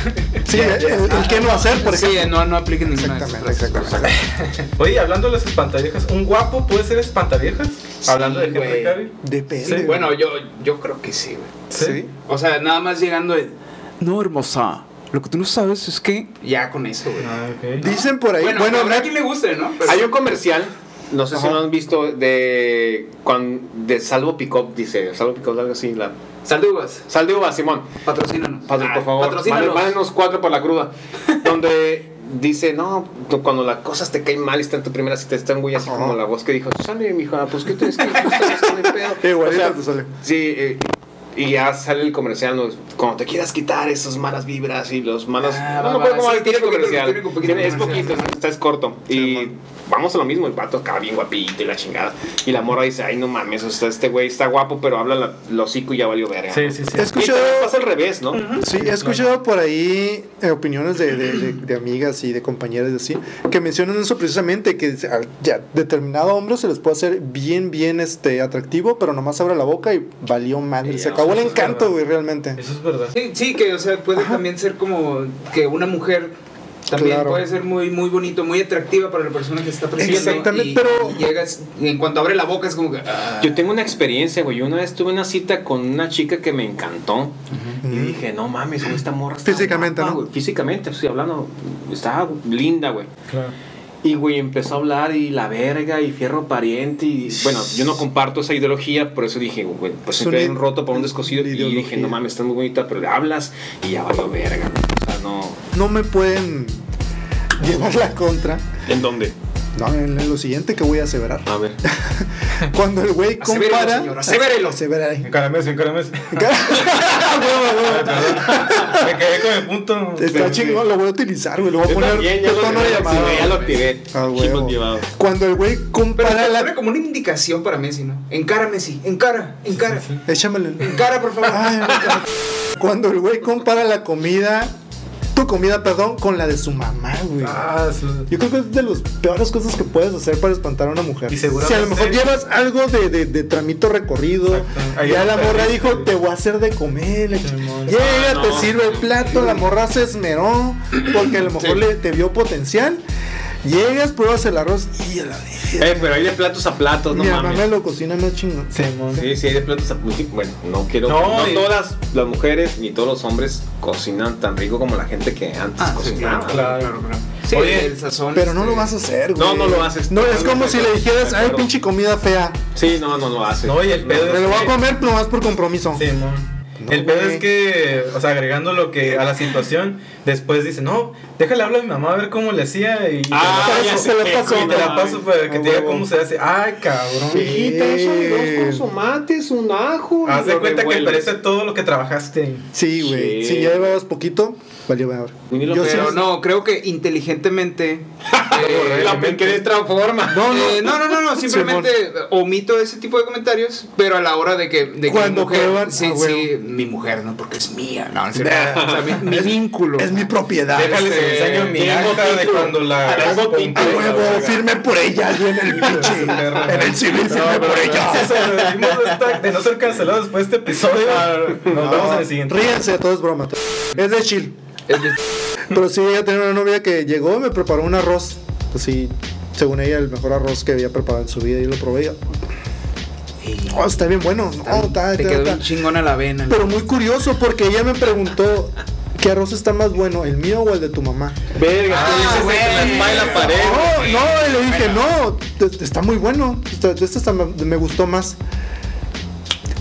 Speaker 6: Sí, el, el qué no hacer, por
Speaker 8: Sí,
Speaker 6: ejemplo.
Speaker 8: no, no apliquen ninguna de esas
Speaker 6: Exactamente,
Speaker 8: frases.
Speaker 6: exactamente.
Speaker 1: Oye, hablando de las espantaviejas, ¿un guapo puede ser espantaviejas? hablando de Henry
Speaker 8: güey.
Speaker 1: Cavill.
Speaker 6: Depende.
Speaker 8: Bueno, yo, yo creo que sí, güey.
Speaker 6: sí.
Speaker 8: O sea, nada más llegando el... No, hermosa. Lo que tú no sabes es que... Ya con eso, güey.
Speaker 1: Ah, ok.
Speaker 6: Dicen por ahí.
Speaker 8: Bueno,
Speaker 6: Bueno,
Speaker 8: habrá
Speaker 6: Nat-
Speaker 8: quien le guste, ¿no? Pero-
Speaker 2: Hay un comercial, no sé si
Speaker 6: Ajá.
Speaker 2: lo han visto, de, cuan- de Salvo Picot, dice. Salvo Picot, algo así. La,
Speaker 8: Saludos.
Speaker 2: sal de uva, Simón.
Speaker 8: Patrocínanos.
Speaker 2: Padre,
Speaker 8: Ah,
Speaker 2: por favor.
Speaker 8: Patrocínanos.
Speaker 2: Mándenos cuatro por la cruda. Donde dice, no, tú cuando las cosas te caen mal y está en tu primera cita, está muy así como la voz que dijo, sale, mija, pues qué tienes que hacer.
Speaker 6: Igualito te sale.
Speaker 2: Sí, eh, y ya sale el comercial, ¿no? cuando te quieras quitar esas malas vibras y los malos...
Speaker 8: Ah,
Speaker 2: no,
Speaker 8: va,
Speaker 2: no, pero
Speaker 8: va,
Speaker 2: como
Speaker 8: sí,
Speaker 2: el tiene
Speaker 8: tiene poquito,
Speaker 2: comercial.
Speaker 8: tiene un poquito
Speaker 2: Tiene- es
Speaker 8: comercial,
Speaker 2: poquito, está es corto. y vamos a lo mismo, el vato acá bien guapito y la chingada. Y la morra dice, ay, no mames, o sea, este güey está guapo, pero habla la, el hocico y ya valió verga.
Speaker 1: Sí, sí, sí.
Speaker 6: He
Speaker 2: Y
Speaker 6: escuchado,
Speaker 2: también pasa al revés, ¿no?
Speaker 6: sí, he escuchado por ahí eh, opiniones de, de- de- de amigas y de compañeras y así que mencionan eso precisamente que a ya, determinado hombre se les puede hacer bien bien este atractivo, pero nomás abre la boca y valió madre,
Speaker 2: Sí,
Speaker 6: se
Speaker 2: no,
Speaker 6: acabó el
Speaker 1: eso es
Speaker 6: encanto,
Speaker 1: verdad.
Speaker 6: güey, realmente.
Speaker 1: Eso es verdad.
Speaker 8: Sí, sí, que o sea, puede también ser como que una mujer también
Speaker 6: Claro.
Speaker 8: puede ser muy muy bonito, muy atractiva para la persona que está persiguiendo.
Speaker 6: Exactamente,
Speaker 8: y-
Speaker 6: pero-
Speaker 8: y llegas y en cuanto abre la boca es como que ah,
Speaker 2: Yo tengo una experiencia, güey. Yo una vez tuve una cita con una chica que me encantó. Y dije, no mames, güey, esta morra. está
Speaker 6: Físicamente,
Speaker 2: guapa,
Speaker 6: ¿no?
Speaker 2: güey. Físicamente, estoy hablando. Estaba linda, güey.
Speaker 1: Claro.
Speaker 2: Y, güey, empezó a hablar y la verga y fierro pariente. Y bueno, yo no comparto esa ideología, por eso dije, güey, pues
Speaker 6: Es
Speaker 2: siempre
Speaker 6: una
Speaker 2: hay un roto para un descosido. Y
Speaker 6: ideología.
Speaker 2: dije, no mames, estás muy bonita, pero le hablas y ya valió verga. güey. O sea, no.
Speaker 6: No me pueden llevar la contra.
Speaker 2: ¿En dónde?
Speaker 6: No, en, en lo siguiente que voy a aseverar.
Speaker 2: A ver.
Speaker 6: Cuando el güey
Speaker 8: asevérelo,
Speaker 6: compara
Speaker 8: señor, asevérelo.
Speaker 6: Aseverar ahí.
Speaker 1: Encárame, encárame. Me quedé con el punto.
Speaker 6: Está chingón, lo voy a utilizar, güey. Lo voy a
Speaker 2: Yo
Speaker 6: poner
Speaker 2: también, ya
Speaker 6: de
Speaker 2: lo
Speaker 6: tono de
Speaker 2: activé,
Speaker 6: llamada.
Speaker 2: sí, ya lo activé.
Speaker 6: Ah, güey.
Speaker 2: Chingos llevados.
Speaker 6: Cuando el güey
Speaker 8: pero
Speaker 6: compara
Speaker 8: se
Speaker 6: la
Speaker 8: pone como una indicación para Messi, ¿no? Encara Messi, encara, encara.
Speaker 6: Échamelo.
Speaker 8: Encara, por favor.
Speaker 6: Ay, Cuando el güey compara la comida, tu comida, perdón, con la de su mamá, güey.
Speaker 1: Ah, su-
Speaker 6: Yo creo que es de las peores cosas que puedes hacer para espantar a una mujer.
Speaker 1: Y
Speaker 6: si
Speaker 1: seguramente-
Speaker 6: a lo mejor llevas algo de, de- de tramito recorrido,
Speaker 1: Exacto. Ahí
Speaker 6: ya la
Speaker 1: está,
Speaker 6: morra
Speaker 1: ahí
Speaker 6: dijo,
Speaker 1: está.
Speaker 6: te voy a hacer de comer. la ch- Llega,
Speaker 2: Ah,
Speaker 6: te
Speaker 2: no.
Speaker 6: sirve el plato, la morra se esmeró, porque a lo mejor le, te vio potencial. Llegas, pruebas el arroz y a la
Speaker 2: Eh, pero hay de platos a platos, no
Speaker 6: Mi mamá
Speaker 2: mames.
Speaker 6: me lo cocina más chingón.
Speaker 2: Sí, sí, hay de platos a Bueno, no quiero.
Speaker 1: No,
Speaker 2: No,
Speaker 1: y-
Speaker 2: todas las mujeres ni todos los hombres cocinan tan rico como la gente que antes
Speaker 8: Ah, sí,
Speaker 2: cocinaba.
Speaker 1: claro.
Speaker 8: Sí,
Speaker 1: Oye,
Speaker 8: el sazón.
Speaker 6: Pero no
Speaker 8: este,
Speaker 6: lo vas a hacer, güey.
Speaker 2: No, no lo haces.
Speaker 6: No, es como si le dijeras, ay,
Speaker 2: Pero-
Speaker 6: pinche comida fea.
Speaker 2: Sí, no, no lo haces.
Speaker 1: No, y el pedo
Speaker 6: Me lo voy a
Speaker 1: Sí.
Speaker 6: comer nomás por compromiso.
Speaker 1: Sí, mon.
Speaker 6: No,
Speaker 1: el pedo
Speaker 6: güey.
Speaker 1: es que, o sea, agregando lo que a la situación, después dice, no, déjale hablar a mi mamá a ver cómo le hacía y,
Speaker 2: Ah,
Speaker 1: te, la
Speaker 2: ya
Speaker 1: paso,
Speaker 2: sé
Speaker 1: te la
Speaker 2: qué,
Speaker 1: paso,
Speaker 2: cómo
Speaker 1: y te la
Speaker 2: no,
Speaker 1: paso para que
Speaker 6: a
Speaker 1: te diga
Speaker 6: huevo.
Speaker 1: cómo se hace. Ay, cabrón.
Speaker 6: Hijita, échale dos
Speaker 2: tomates, un ajo.
Speaker 1: Haz de cuenta que parece todo lo que trabajaste.
Speaker 6: Sí, güey.
Speaker 2: Sí.
Speaker 6: Si ya llevabas poquito, valió ahora.
Speaker 2: Ni lo
Speaker 6: Yo sí-
Speaker 8: Pero no, creo que inteligentemente eh,
Speaker 2: La pinqué de transforma.
Speaker 8: No, no, Eh, no, no, no, no, simplemente omito ese tipo de comentarios, pero a la hora de que de que
Speaker 6: Cuando
Speaker 8: mi mujer,
Speaker 6: prueban,
Speaker 8: sí,
Speaker 6: ah, bueno.
Speaker 8: sí, mi mujer, no, porque es mía, no, es cierto. o sea, mi, mi
Speaker 6: Es-
Speaker 8: vínculo.
Speaker 6: Es mi propiedad.
Speaker 1: Déjales
Speaker 8: este,
Speaker 1: les enseño mi
Speaker 2: tengo
Speaker 1: acta de
Speaker 2: título.
Speaker 1: cuando la.
Speaker 2: Tengo
Speaker 1: compré,
Speaker 6: A
Speaker 2: título.
Speaker 1: la
Speaker 6: huevo,
Speaker 1: verga.
Speaker 6: firme por ella, yo en el pinche.
Speaker 1: perra.
Speaker 6: En el civil,
Speaker 1: No,
Speaker 6: firme
Speaker 1: pero
Speaker 6: por ella.
Speaker 1: gracias a- dijimos de esta- de no ser cancelados después de este episodio. Nos vemos en el siguiente.
Speaker 6: Ríense, todo es broma. Es de chill.
Speaker 8: Es de-
Speaker 6: Pero sí, ella tenía una novia que llegó y me preparó un arroz. Así, según ella, el mejor arroz que había preparado en su vida. Y lo probé. y yo, Oh, está bien bueno. No, Oh, está-
Speaker 8: te
Speaker 6: está-
Speaker 8: quedó
Speaker 6: está-
Speaker 8: bien chingona la avena.
Speaker 6: Pero muy curioso porque ella me preguntó qué arroz está más bueno, el mío o el de tu mamá.
Speaker 2: Verga,
Speaker 8: Ah,
Speaker 2: tú dices entre la
Speaker 8: güey.
Speaker 2: espalda y la pared.
Speaker 6: No, no, y le dije, no, te- te está muy bueno. Este, este está- me, me gustó más.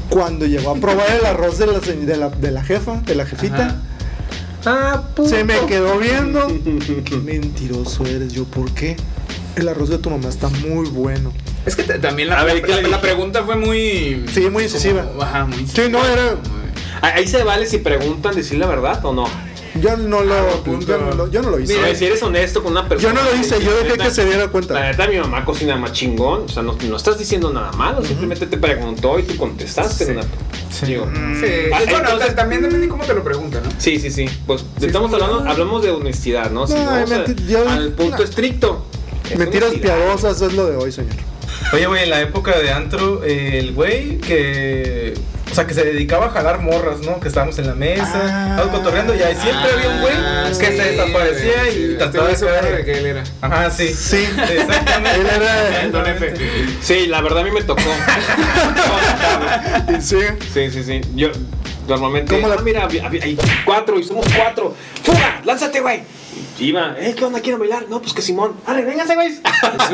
Speaker 6: Cuando llegó a probar el arroz de la, se- de la, de la jefa, de la jefita,
Speaker 2: Ah,
Speaker 6: se me quedó viendo. Qué mentiroso eres yo, ¿por qué? El arroz de tu mamá está muy bueno.
Speaker 8: Es que t- también la,
Speaker 2: A ver,
Speaker 8: la-
Speaker 2: ¿qué le
Speaker 8: la- la
Speaker 2: dije?
Speaker 8: pregunta fue muy
Speaker 6: Sí, muy incisiva.
Speaker 8: Como- ajá, muy
Speaker 6: Sí, no, era-
Speaker 8: Muy-
Speaker 2: Ahí se vale si preguntan decir la verdad o no.
Speaker 6: Yo no lo, yo no lo, yo no lo hice.
Speaker 2: Mira, si eres honesto con una
Speaker 6: yo
Speaker 2: persona.
Speaker 6: no lo hice, yo dejé
Speaker 2: neta,
Speaker 6: que se diera cuenta.
Speaker 2: La neta, mi mamá cocina más chingón. O sea, no, no estás diciendo nada malo. Simplemente te preguntó y tú contestaste. Renato. Digo,
Speaker 1: Mm.
Speaker 8: Sí, y
Speaker 2: Ah,
Speaker 8: bueno,
Speaker 2: entonces-
Speaker 8: ta- también depende de cómo te lo preguntan, ¿no?
Speaker 2: Sí, sí, sí. Pues estamos
Speaker 8: es como-
Speaker 2: hablando, hablamos de honestidad, ¿no? Si
Speaker 6: No,
Speaker 2: no, vamos a-
Speaker 6: menti- yo-
Speaker 2: al punto
Speaker 6: no.
Speaker 2: estricto. es
Speaker 6: Mentiras
Speaker 2: honestidad.
Speaker 6: piadosas es lo de hoy, señor.
Speaker 1: Oye, güey, en la época de antro, eh, el güey que. O sea, que se dedicaba a jalar morras, ¿no? Que estábamos en la mesa,
Speaker 6: Ah.
Speaker 1: estábamos cotorreando y ahí siempre había un güey
Speaker 8: Ah,
Speaker 1: que
Speaker 8: sí,
Speaker 1: se desaparecía
Speaker 8: güey, sí,
Speaker 1: y
Speaker 8: güey.
Speaker 1: trataba de
Speaker 8: Este güey se acuerda de
Speaker 1: caer.
Speaker 8: que él era.
Speaker 1: Ajá, sí.
Speaker 6: Sí.
Speaker 1: Exactamente.
Speaker 6: Él era-
Speaker 1: Exactamente.
Speaker 8: Don F.
Speaker 2: Sí, la verdad a mí me tocó.
Speaker 6: Sí.
Speaker 2: sí, sí, sí. Yo normalmente.
Speaker 6: ¿Cómo la-
Speaker 2: "Ah, mira, hab- hab- hay cuatro y somos cuatro. ¡Fuga! ¡Lánzate, güey! Y Iba, eh, ¿qué onda? ¿Quieren bailar? No, pues que Simón. ¡Arre, vénganse, güey!
Speaker 8: Es,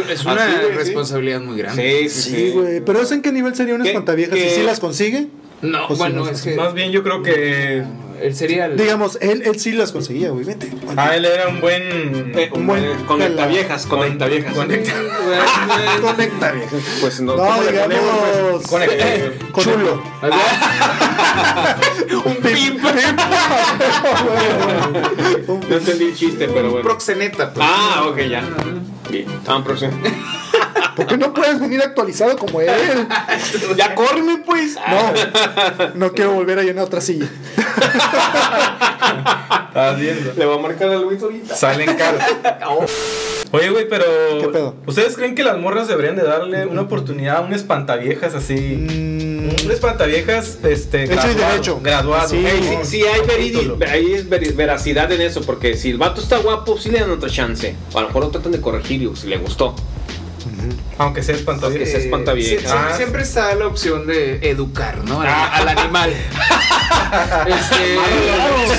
Speaker 8: es una
Speaker 2: Así, güey, sí.
Speaker 8: responsabilidad muy grande.
Speaker 2: Sí, sí,
Speaker 6: Sí, güey. Pero ¿es en qué nivel sería un
Speaker 2: ¿Qué-
Speaker 6: espantaviejas? Si
Speaker 2: qué-
Speaker 6: sí las consigue,
Speaker 8: No,
Speaker 6: Pues Eh, sí,
Speaker 8: bueno,
Speaker 6: no sé.
Speaker 8: es que
Speaker 1: Más bien, yo creo que.
Speaker 8: él sería el
Speaker 6: digamos, él, él sí las conseguía, güey. Vete.
Speaker 1: Ah, él era un buen.
Speaker 2: Eh,
Speaker 6: Un buen-
Speaker 2: conecta viejas, conecta viejas.
Speaker 1: Conecta.
Speaker 6: Conecta, vieja.
Speaker 2: Pues no, ¿cómo
Speaker 6: No,
Speaker 2: le ponemos?
Speaker 6: digamos.
Speaker 1: Conecta.
Speaker 6: Chulo. Un pimp. Un
Speaker 2: No
Speaker 6: pimp.
Speaker 2: entendí el chiste, pero bueno.
Speaker 8: proxeneta. pues.
Speaker 2: Ah, ok, ya. Bien, Ah, estaban próximos.
Speaker 6: ¿Por qué no puedes venir actualizado como él?
Speaker 2: ya corre, pues.
Speaker 6: No, no quiero volver a llenar otra silla.
Speaker 1: Estás viendo.
Speaker 2: Le va a marcar a Luis ahorita.
Speaker 1: Salen caros. Oye, güey, pero.
Speaker 6: ¿Qué pedo?
Speaker 1: ¿Ustedes creen que las morras deberían de darle una oportunidad a un espantaviejas así?
Speaker 6: Mm,
Speaker 1: Un espantaviejas, este.
Speaker 6: Hecho y derecho.
Speaker 1: Graduado.
Speaker 6: Sí.
Speaker 1: Ey,
Speaker 2: Sí, sí, hay, veridi-
Speaker 1: Título.
Speaker 2: ahí es veri- veracidad en eso, porque si el vato está guapo, sí le dan otra chance. O a lo mejor lo tratan de corregir y si le gustó.
Speaker 1: Aunque sea espantaviejas.
Speaker 2: Que se espanta bien.
Speaker 8: Sie- sie-
Speaker 1: Ah.
Speaker 8: siempre está la opción de educar, ¿no? Al, al animal. este,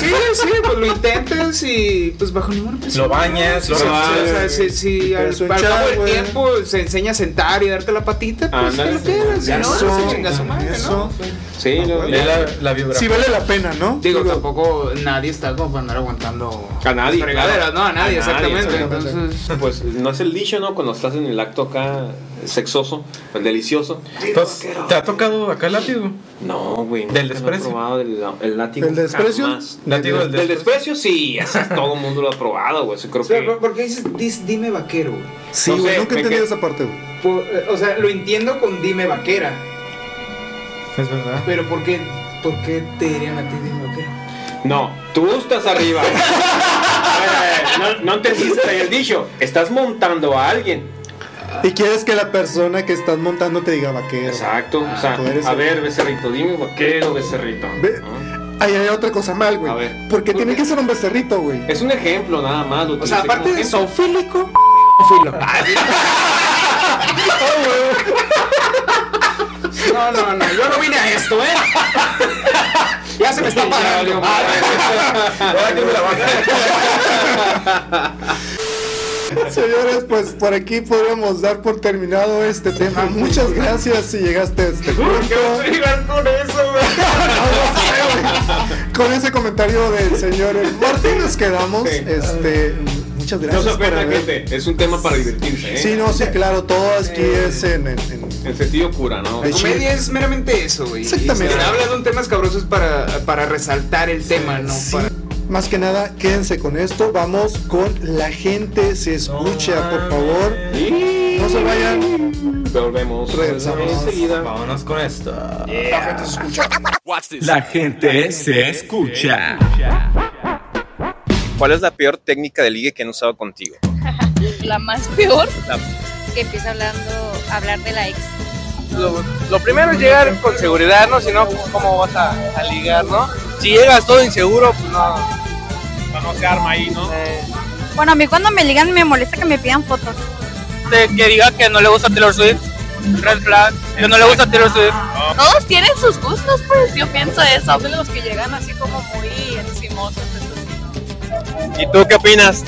Speaker 8: sí, sí, pues lo intentas y pues bajo ninguna presión.
Speaker 1: Lo bañas, lo
Speaker 8: Sí, sí,
Speaker 1: bañas.
Speaker 8: o sea, si, si al,
Speaker 6: Pero es un
Speaker 8: al cabo
Speaker 6: chavo,
Speaker 8: del
Speaker 6: güey.
Speaker 8: tiempo se enseña a sentar y darte la patita, pues te
Speaker 2: Ándale.
Speaker 8: lo quedas, si no,
Speaker 6: Eso,
Speaker 8: se chinga su madre,
Speaker 6: eso.
Speaker 8: ¿no?
Speaker 2: Sí,
Speaker 6: Ah,
Speaker 2: lo-
Speaker 6: bueno.
Speaker 1: Lee
Speaker 2: le-
Speaker 1: la, la biografía.
Speaker 6: Si vale la pena, ¿no?
Speaker 8: Digo, tampoco nadie está como para andar aguantando
Speaker 2: A nadie,
Speaker 8: las fregaderas,
Speaker 2: claro.
Speaker 8: ¿no? A nadie,
Speaker 2: A nadie,
Speaker 8: exactamente.
Speaker 2: exactamente.
Speaker 8: Entonces,
Speaker 2: pues no es el dicho, ¿no? Cuando estás en el acto acá sexoso, el delicioso.
Speaker 1: Entonces, ¿te ha tocado acá el látigo?
Speaker 2: No, güey.
Speaker 1: Del
Speaker 2: nunca lo he
Speaker 1: desprecio.
Speaker 2: probado el, el látigo.
Speaker 6: ¿El desprecio?
Speaker 2: jamás.
Speaker 1: Látigo del
Speaker 2: Del desprecio,
Speaker 1: desprecio.
Speaker 2: sí, eso es- todo el mundo lo ha probado, güey. Eso creo que.
Speaker 8: pero ¿por qué dices "Dis- dime vaquero, güey?
Speaker 6: Sí,
Speaker 2: No
Speaker 6: güey,
Speaker 2: sé,
Speaker 6: nunca
Speaker 2: me
Speaker 6: entendí
Speaker 2: quedé-
Speaker 6: esa parte, güey.
Speaker 8: Por- eh, o sea, lo entiendo con dime vaquera,
Speaker 1: Es verdad.
Speaker 8: pero ¿por qué, por qué te dirían a ti dime vaquera?
Speaker 2: No, tú estás arriba. Eh, no, no entendiste el dicho. Estás montando a alguien.
Speaker 6: Y quieres que la persona que estás montando te diga vaquero.
Speaker 2: Exacto. O sea,
Speaker 6: Ah, tú eres
Speaker 2: a
Speaker 6: el-
Speaker 2: ver, becerrito, dime vaquero, becerrito.
Speaker 6: Ve-
Speaker 2: ¿no?
Speaker 6: Ahí hay otra cosa mal, güey.
Speaker 2: A ver.
Speaker 6: Porque tiene que ser un becerrito, güey.
Speaker 2: Es un ejemplo nada más. lo
Speaker 8: O sea,
Speaker 2: utilicé como
Speaker 8: aparte de
Speaker 2: ejemplo.
Speaker 8: zoofílico, filo. No, no, no, yo no vine a esto, ¿eh? Ya se me está parando.
Speaker 1: Ahora que me la baja.
Speaker 6: Señores, pues por aquí podríamos dar por terminado este tema. Muchas gracias si llegaste a este punto.
Speaker 2: con eso,
Speaker 6: Ah, no sé, güey. Con ese comentario del señor Martín nos quedamos.
Speaker 2: Sí.
Speaker 6: Este, muchas
Speaker 2: No
Speaker 6: gracias.
Speaker 2: se ofenda,
Speaker 6: por haber-
Speaker 2: gente. Es un tema para divertirse, ¿eh?
Speaker 6: Sí, no, sí, claro, todo aquí es en, en- en-
Speaker 2: En sentido cura, ¿no?
Speaker 6: Ay,
Speaker 8: Comedia es meramente eso, güey.
Speaker 6: Exactamente.
Speaker 8: Y Se habla de un tema escabroso para, para resaltar el tema, ¿no?
Speaker 6: sí.
Speaker 8: Para...
Speaker 6: Más que nada, quédense con esto. Vamos con la gente. Se escucha, por favor.
Speaker 2: Y-
Speaker 6: No se vayan.
Speaker 2: Volvemos.
Speaker 6: Regresamos.
Speaker 2: Enseguida.
Speaker 1: Vámonos con esto.
Speaker 4: La gente se escucha.
Speaker 9: ¿Cuál es la peor técnica de ligue que han usado contigo?
Speaker 10: La más peor.
Speaker 9: La-
Speaker 10: Que empieza hablando, a hablar de la ex.
Speaker 11: lo, lo primero es llegar con seguridad, ¿no? Si no, pues, ¿cómo vas a, a ligar, no? Si llegas todo inseguro, pues no. No se arma ahí, ¿no?
Speaker 10: Bueno, a mí cuando me ligan me molesta que me pidan fotos.
Speaker 11: Este, que diga que no le gusta Taylor Swift, Red Flag, que no le gusta Taylor Swift.
Speaker 10: Todos tienen sus gustos, pues yo pienso eso. de los que llegan así como muy encimosos.
Speaker 9: ¿Y tú qué opinas?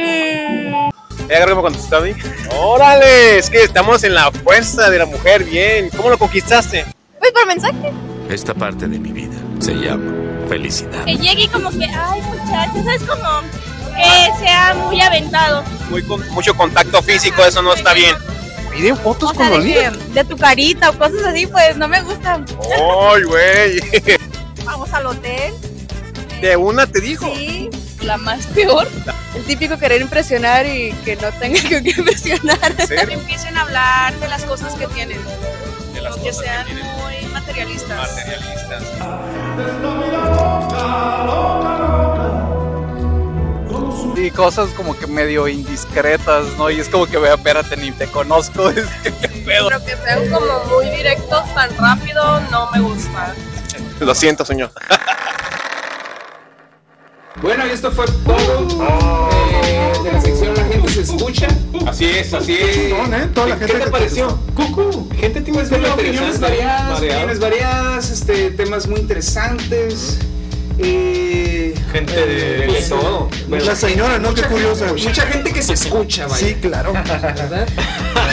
Speaker 10: Mm,
Speaker 9: Ya agarré cuando está bien. ¡Órale! Es que estamos en la fuerza de la mujer, bien. ¿Cómo lo conquistaste?
Speaker 10: Pues por mensaje.
Speaker 4: Esta parte de mi vida se llama felicidad.
Speaker 10: Que llegue y como que, ay muchachos, es como que sea muy aventado.
Speaker 9: Muy con- mucho contacto físico, eso no está bien. Piden fotos
Speaker 10: O sea, de, que- de tu carita o cosas así, pues no me gustan.
Speaker 9: ¡Ay, güey!
Speaker 10: vamos al hotel.
Speaker 9: De una te dijo.
Speaker 10: Sí, la más peor. El típico querer impresionar y que no tenga que impresionar. Empiecen a hablar de las cosas que tienen.
Speaker 11: De las
Speaker 10: no que sean muy materialistas.
Speaker 11: Materialistas.
Speaker 8: Y cosas como que medio indiscretas, ¿no? Y es como que, vea, espérate, ni te conozco. es que-
Speaker 10: Pero que sean como muy directos tan rápido, no me gusta.
Speaker 9: Lo siento, señor.
Speaker 2: Bueno, y esto fue todo
Speaker 8: Oh.
Speaker 2: eh, de la sección La gente se escucha. Así es, así es.
Speaker 6: eh,
Speaker 2: ¿Qué, qué te pareció?
Speaker 1: Cucu,
Speaker 2: gente tiene
Speaker 8: Pues bueno, opiniones variadas, opiniones variadas, este, temas muy interesantes. eh,
Speaker 1: Gente de-
Speaker 8: pues,
Speaker 1: de todo.
Speaker 8: mucha
Speaker 6: La señora,
Speaker 8: gente-
Speaker 6: ¿no? Qué
Speaker 8: mucha
Speaker 6: curiosa.
Speaker 8: gente- Pues Mucha gente que se escucha, vaya.
Speaker 6: Sí, claro.
Speaker 8: ¿Verdad?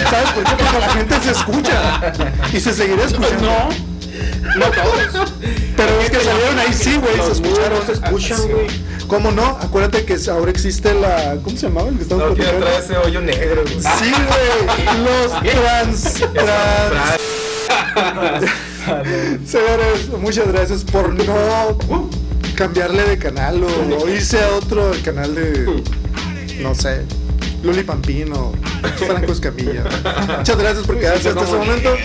Speaker 6: ¿Sabes por qué? Porque la gente se escucha y se seguirá escuchando. No,
Speaker 2: no todos.
Speaker 6: Pero es que salieron ahí sí, güey, se escucharon.
Speaker 8: Ah,
Speaker 6: Se escuchan, güey. ¿Cómo no? Acuérdate que ahora existe la. ¿Cómo se llamaba el que estamos
Speaker 1: No quiero traer
Speaker 6: platicando?
Speaker 1: ese hoyo negro, güey.
Speaker 6: Sí, güey. Los trans. trans. Señores, muchas gracias por no cambiarle de canal o, o irse a otro canal de. No sé. Luli Pampino, Franco Escamilla. Muchas gracias por quedarse hasta este momento.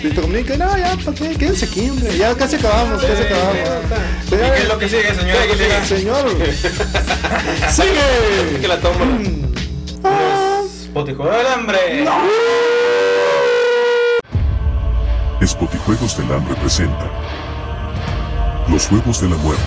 Speaker 6: Listo comunica, no, ya, ¿para qué? Quédense aquí, hombre. Ya casi acabamos, casi acabamos.
Speaker 1: ¿Y qué es lo que sigue, señor Aguilera?
Speaker 6: Señor. ¡Sigue! Ah.
Speaker 1: Que la toma. Potijuego del hambre.
Speaker 5: Spotijuegos del Hambre presenta Los Juegos de la Muerte.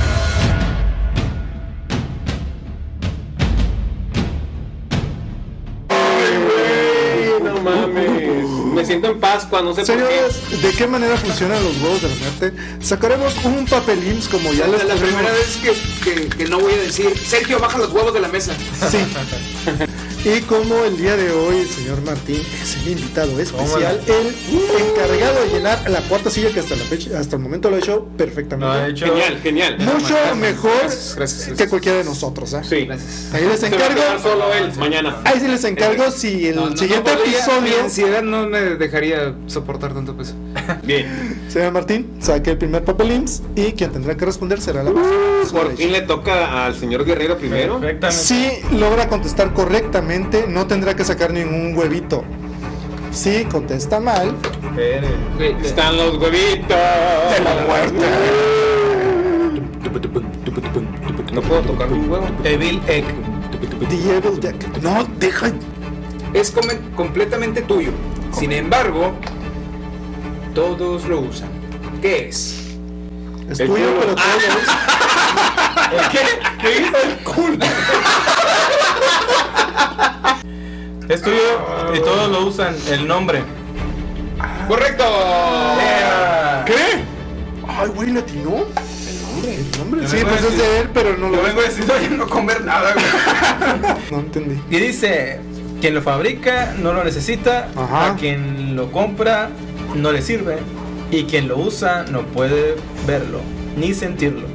Speaker 2: No mames. Me siento en Pascua, no sé por qué.
Speaker 6: Señores, ¿de qué manera funcionan los huevos de la muerte? Sacaremos un papel IMSS como ya les
Speaker 8: la
Speaker 6: tenemos.
Speaker 8: primera vez que, que- que no voy a decir, Sergio, baja los huevos de la mesa.
Speaker 6: Sí. Y como el día de hoy el señor Martín es el invitado especial, el encargado de llenar la cuarta silla que hasta la fecha, hasta el momento lo ha hecho perfectamente.
Speaker 2: Genial, genial.
Speaker 6: Mucho mejor que
Speaker 2: gracias.
Speaker 6: cualquiera de nosotros. ¿eh?
Speaker 2: Sí.
Speaker 6: Ahí les
Speaker 2: Se va a
Speaker 6: encargo.
Speaker 2: quedar solo él mañana.
Speaker 6: Ahí sí les encargo si el siguiente
Speaker 8: Mi
Speaker 6: episodio.
Speaker 8: ansiedad no me dejaría soportar tanto peso.
Speaker 2: Bien.
Speaker 6: Señor Martín, saque el primer papel IMSS y quien tendrá que responder será la
Speaker 8: Uh.
Speaker 6: persona.
Speaker 2: Por fin le toca al señor Guerrero primero.
Speaker 6: Si logra contestar correctamente, no tendrá que sacar ningún huevito. Si contesta mal,
Speaker 2: Están los huevitos. De la No puedo tocar un huevo.
Speaker 1: Evil Egg.
Speaker 6: Diego Jack. No, deja.
Speaker 8: Es come- completamente tuyo. Sin embargo, todos lo usan. ¿Qué es?
Speaker 6: Es tuyo, pero
Speaker 1: ¿Qué? ¿Qué el culo? Es tuyo y todos lo usan, el nombre.
Speaker 2: ¡Correcto!
Speaker 6: ¿Ah, ¿Qué? Ay, güey, latino. El nombre. El nombre.
Speaker 1: Yo
Speaker 6: Sí,
Speaker 1: vengo
Speaker 6: pues
Speaker 1: a
Speaker 6: es de
Speaker 1: decir-
Speaker 6: él, pero no
Speaker 1: Yo
Speaker 6: lo
Speaker 1: vengo decidido a no comer nada, güey.
Speaker 6: No entendí.
Speaker 1: Y dice, quien lo fabrica no lo necesita, a quien lo compra no le sirve, y quien lo usa no puede verlo, ni sentirlo.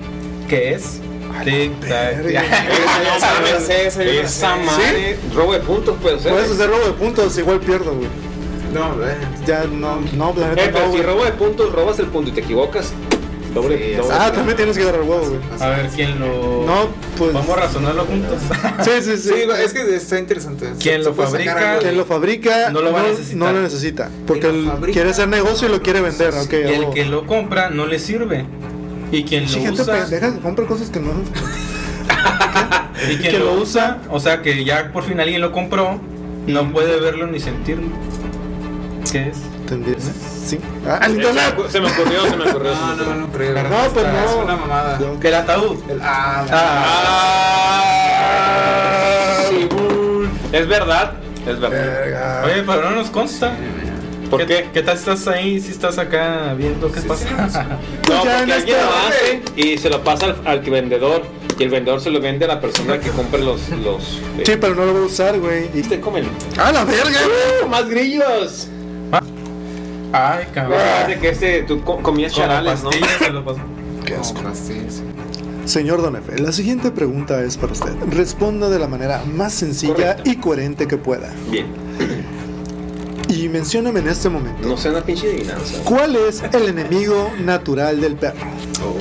Speaker 1: Que es? Tic tac.
Speaker 2: Ya sabes, esa, esa madre. Robo de puntos pues, ¿eh? puede ser.
Speaker 6: Puedes hacer robo de puntos, igual pierdo, güey. No, Ya no, no, la neta
Speaker 2: Eh, pero
Speaker 6: no,
Speaker 2: si
Speaker 6: güey.
Speaker 2: robo de puntos, robas el punto y te equivocas. Doble, doble.
Speaker 6: Ah, también tienes que dar el huevo, güey.
Speaker 1: A ver, ¿quién lo...?
Speaker 6: No, pues.
Speaker 1: Vamos a razonarlo juntos.
Speaker 6: Sí, sí, sí.
Speaker 8: es que está interesante.
Speaker 1: ¿Quién lo fabrica?
Speaker 6: Quien lo fabrica
Speaker 1: No
Speaker 6: no
Speaker 1: lo
Speaker 6: lo,
Speaker 1: va a necesitar.
Speaker 6: necesita. no lo necesita. Porque él quiere hacer negocio y lo quiere vender. ok,
Speaker 1: Y
Speaker 6: a
Speaker 1: el
Speaker 6: huevo.
Speaker 1: que lo compra no le sirve. Y quien
Speaker 6: Sí,
Speaker 1: lo
Speaker 6: gente
Speaker 1: usa...
Speaker 6: pendeja que compra cosas que no.
Speaker 1: Y quien lo usa, o sea que ya por fin alguien lo compró, no puede verlo ni sentirlo. ¿Qué es?
Speaker 6: ¿Entendí? Sí. Ah, al internet.
Speaker 2: Se me ocurrió, se me ocurrió.
Speaker 8: No, no, no creo.
Speaker 6: No, pues
Speaker 8: Es
Speaker 6: no.
Speaker 8: una mamada.
Speaker 1: El ataúd.
Speaker 2: Sí, Ah. Es verdad, es verdad.
Speaker 1: Oye, pero no nos consta.
Speaker 2: ¿Por qué?
Speaker 1: ¿Qué tal estás ahí? Si estás acá viendo qué pasa.
Speaker 2: No,
Speaker 6: Ya en
Speaker 2: porque alguien
Speaker 6: esta-
Speaker 2: lo hace y se lo pasa al, al que vendedor. Y el vendedor se lo vende a la persona que compra los. los eh,
Speaker 6: Sí, pero no lo voy a usar, güey. Y-
Speaker 2: Te comen.
Speaker 6: ¡Ah, la verga!
Speaker 2: ¡Más grillos!
Speaker 1: Ay, cabrón.
Speaker 2: Parece que este, tú co- comías
Speaker 1: Ah. Con la
Speaker 2: charales, ¿no?
Speaker 1: pastilla se lo pasó.
Speaker 6: Señor Don Efe, la siguiente pregunta es para usted. Responda de la manera más sencilla y coherente que pueda.
Speaker 2: Bien.
Speaker 6: Y mencióname en este momento.
Speaker 2: No sea una pinche adivinanza.
Speaker 6: ¿Cuál es el enemigo natural del perro?
Speaker 1: Oh.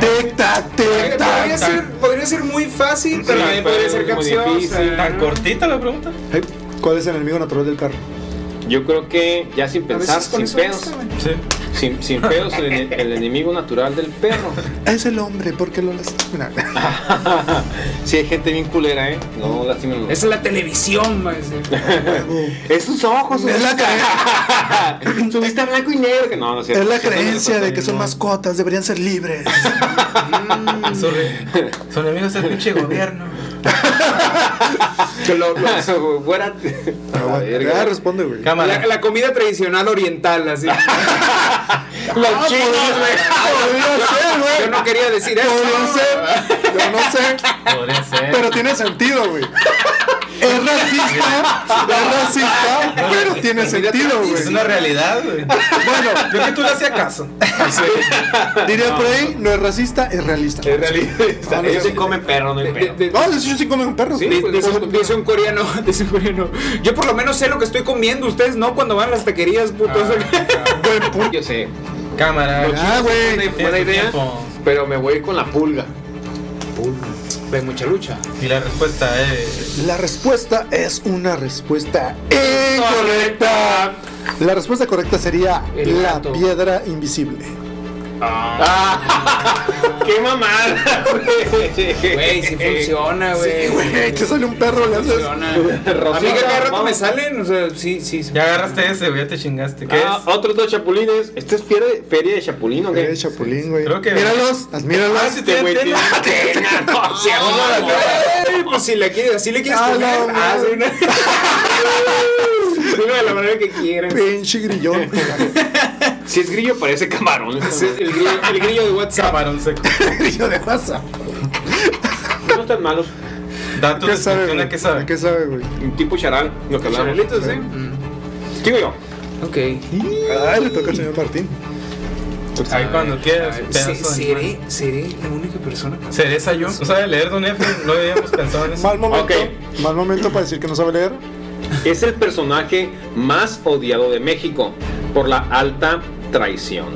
Speaker 6: Tic tac, tic
Speaker 8: Podría
Speaker 6: tac.
Speaker 8: ser, podría ser muy fácil, pero también podría ser capciosa.
Speaker 1: Tan cortita la pregunta.
Speaker 6: Eh, ¿Cuál es el enemigo natural del perro?
Speaker 2: Yo creo que ya sin pensar,
Speaker 6: veces con
Speaker 2: sin
Speaker 6: eso
Speaker 2: pedos.
Speaker 6: basta,
Speaker 2: Sin, sin pedos, el, ene- el enemigo natural del perro.
Speaker 6: Es el hombre, porque lo lastiman.
Speaker 2: sí, hay gente bien culera, ¿eh? No, lastimen.
Speaker 8: Esa es la televisión, maestro.
Speaker 2: Es sus ojos,
Speaker 6: Es la,
Speaker 2: Su vista blanco y negro. No, no es cierto.
Speaker 6: es la
Speaker 2: Sí, no, no,
Speaker 6: creencia
Speaker 2: no,
Speaker 6: de que son
Speaker 2: no.
Speaker 6: mascotas, deberían ser libres.
Speaker 1: Mm. Sorry. Son enemigos del pinche gobierno.
Speaker 8: Que lo- lo-
Speaker 2: Fuera.
Speaker 6: Ah,
Speaker 2: A la verga.
Speaker 6: Ya responde, güey.
Speaker 8: La, la comida tradicional oriental, así.
Speaker 2: Los chinos, güey.
Speaker 8: Ah,
Speaker 6: Ah,
Speaker 8: Yo no quería Eh. decir eso.
Speaker 6: Yo no sé,
Speaker 1: Podría ser.
Speaker 6: pero tiene sentido, güey. Es racista, es racista, pero tiene sentido,
Speaker 1: Es
Speaker 6: güey.
Speaker 1: una realidad, güey.
Speaker 6: Bueno,
Speaker 1: Yo que tú le hacías caso.
Speaker 6: diría por ahí, no es racista, es realista.
Speaker 2: En realidad, ellos sí comen perro, no hay
Speaker 8: De-
Speaker 2: perro.
Speaker 8: Eh, de-
Speaker 6: No, de hecho yo sí como un perro.
Speaker 8: Sí, pues,
Speaker 6: güey.
Speaker 8: dice, un- dice un coreano, dice un coreano. Yo por lo menos sé lo que estoy comiendo. Ustedes no cuando van a las taquerías, putos. ah.
Speaker 6: Buen punto.
Speaker 2: Yo sé.
Speaker 1: Cámara.
Speaker 6: Ah, güey.
Speaker 2: Buena idea. Pero me voy con la pulga. Pues,
Speaker 8: Ve mucha lucha.
Speaker 1: Y la respuesta eh, es.
Speaker 6: La respuesta es una respuesta incorrecta. La respuesta correcta sería
Speaker 8: El
Speaker 6: la
Speaker 8: gato.
Speaker 6: piedra invisible.
Speaker 2: ¡Qué mamada,
Speaker 8: Güey, si funciona, güey.
Speaker 6: Güey, te sale un perro, le haces.
Speaker 8: Funciona. A mí que cada rato
Speaker 2: vamos.
Speaker 8: me salen, o sea, sí, sí.
Speaker 1: Ya agarraste ese, güey, ya te chingaste. ¿Qué
Speaker 2: Ah,
Speaker 1: es?
Speaker 2: otros dos chapulines. ¿Esto es feria de, feria de chapulín o
Speaker 6: Eh,
Speaker 2: qué? Este
Speaker 6: chapulín, güey.
Speaker 1: Creo que-
Speaker 6: Míralos, admíralos.
Speaker 1: Ah, sí, te-
Speaker 2: güey tiene- No, se
Speaker 8: Ah,
Speaker 2: arma.
Speaker 8: güey, Pues si le quieres, así le quieres
Speaker 6: Ah,
Speaker 8: comer.
Speaker 6: no,
Speaker 8: Ah,
Speaker 6: no.
Speaker 8: sí, una- Dilo de la manera que quieras.
Speaker 6: Pinche grillón.
Speaker 2: Si es grillo, parece camarón.
Speaker 8: Sí, El grillo, el grillo de WhatsApp.
Speaker 1: Camarón seco.
Speaker 6: Grillo de masa.
Speaker 2: No están malos.
Speaker 1: Datos
Speaker 6: ¿Qué sabe,
Speaker 1: de
Speaker 6: güey?
Speaker 1: ¿qué sabe?
Speaker 6: ¿Qué sabe, güey?
Speaker 2: Un tipo charal, lo que hablamos.
Speaker 8: Charolitos, ¿eh?
Speaker 2: Digo yo.
Speaker 8: Ok.
Speaker 6: Ay, le toca al señor Martín.
Speaker 1: Ahí cuando quieras.
Speaker 8: Se-
Speaker 1: pedazo de animal.
Speaker 8: ¿Seré, seré la única persona que
Speaker 1: ¿Seré esa yo? No sabe leer, don F. No habíamos pensado en eso.
Speaker 6: Mal momento.
Speaker 2: Ok.
Speaker 6: Mal momento para decir que no sabe leer.
Speaker 2: Es el personaje más odiado de México por la alta traición.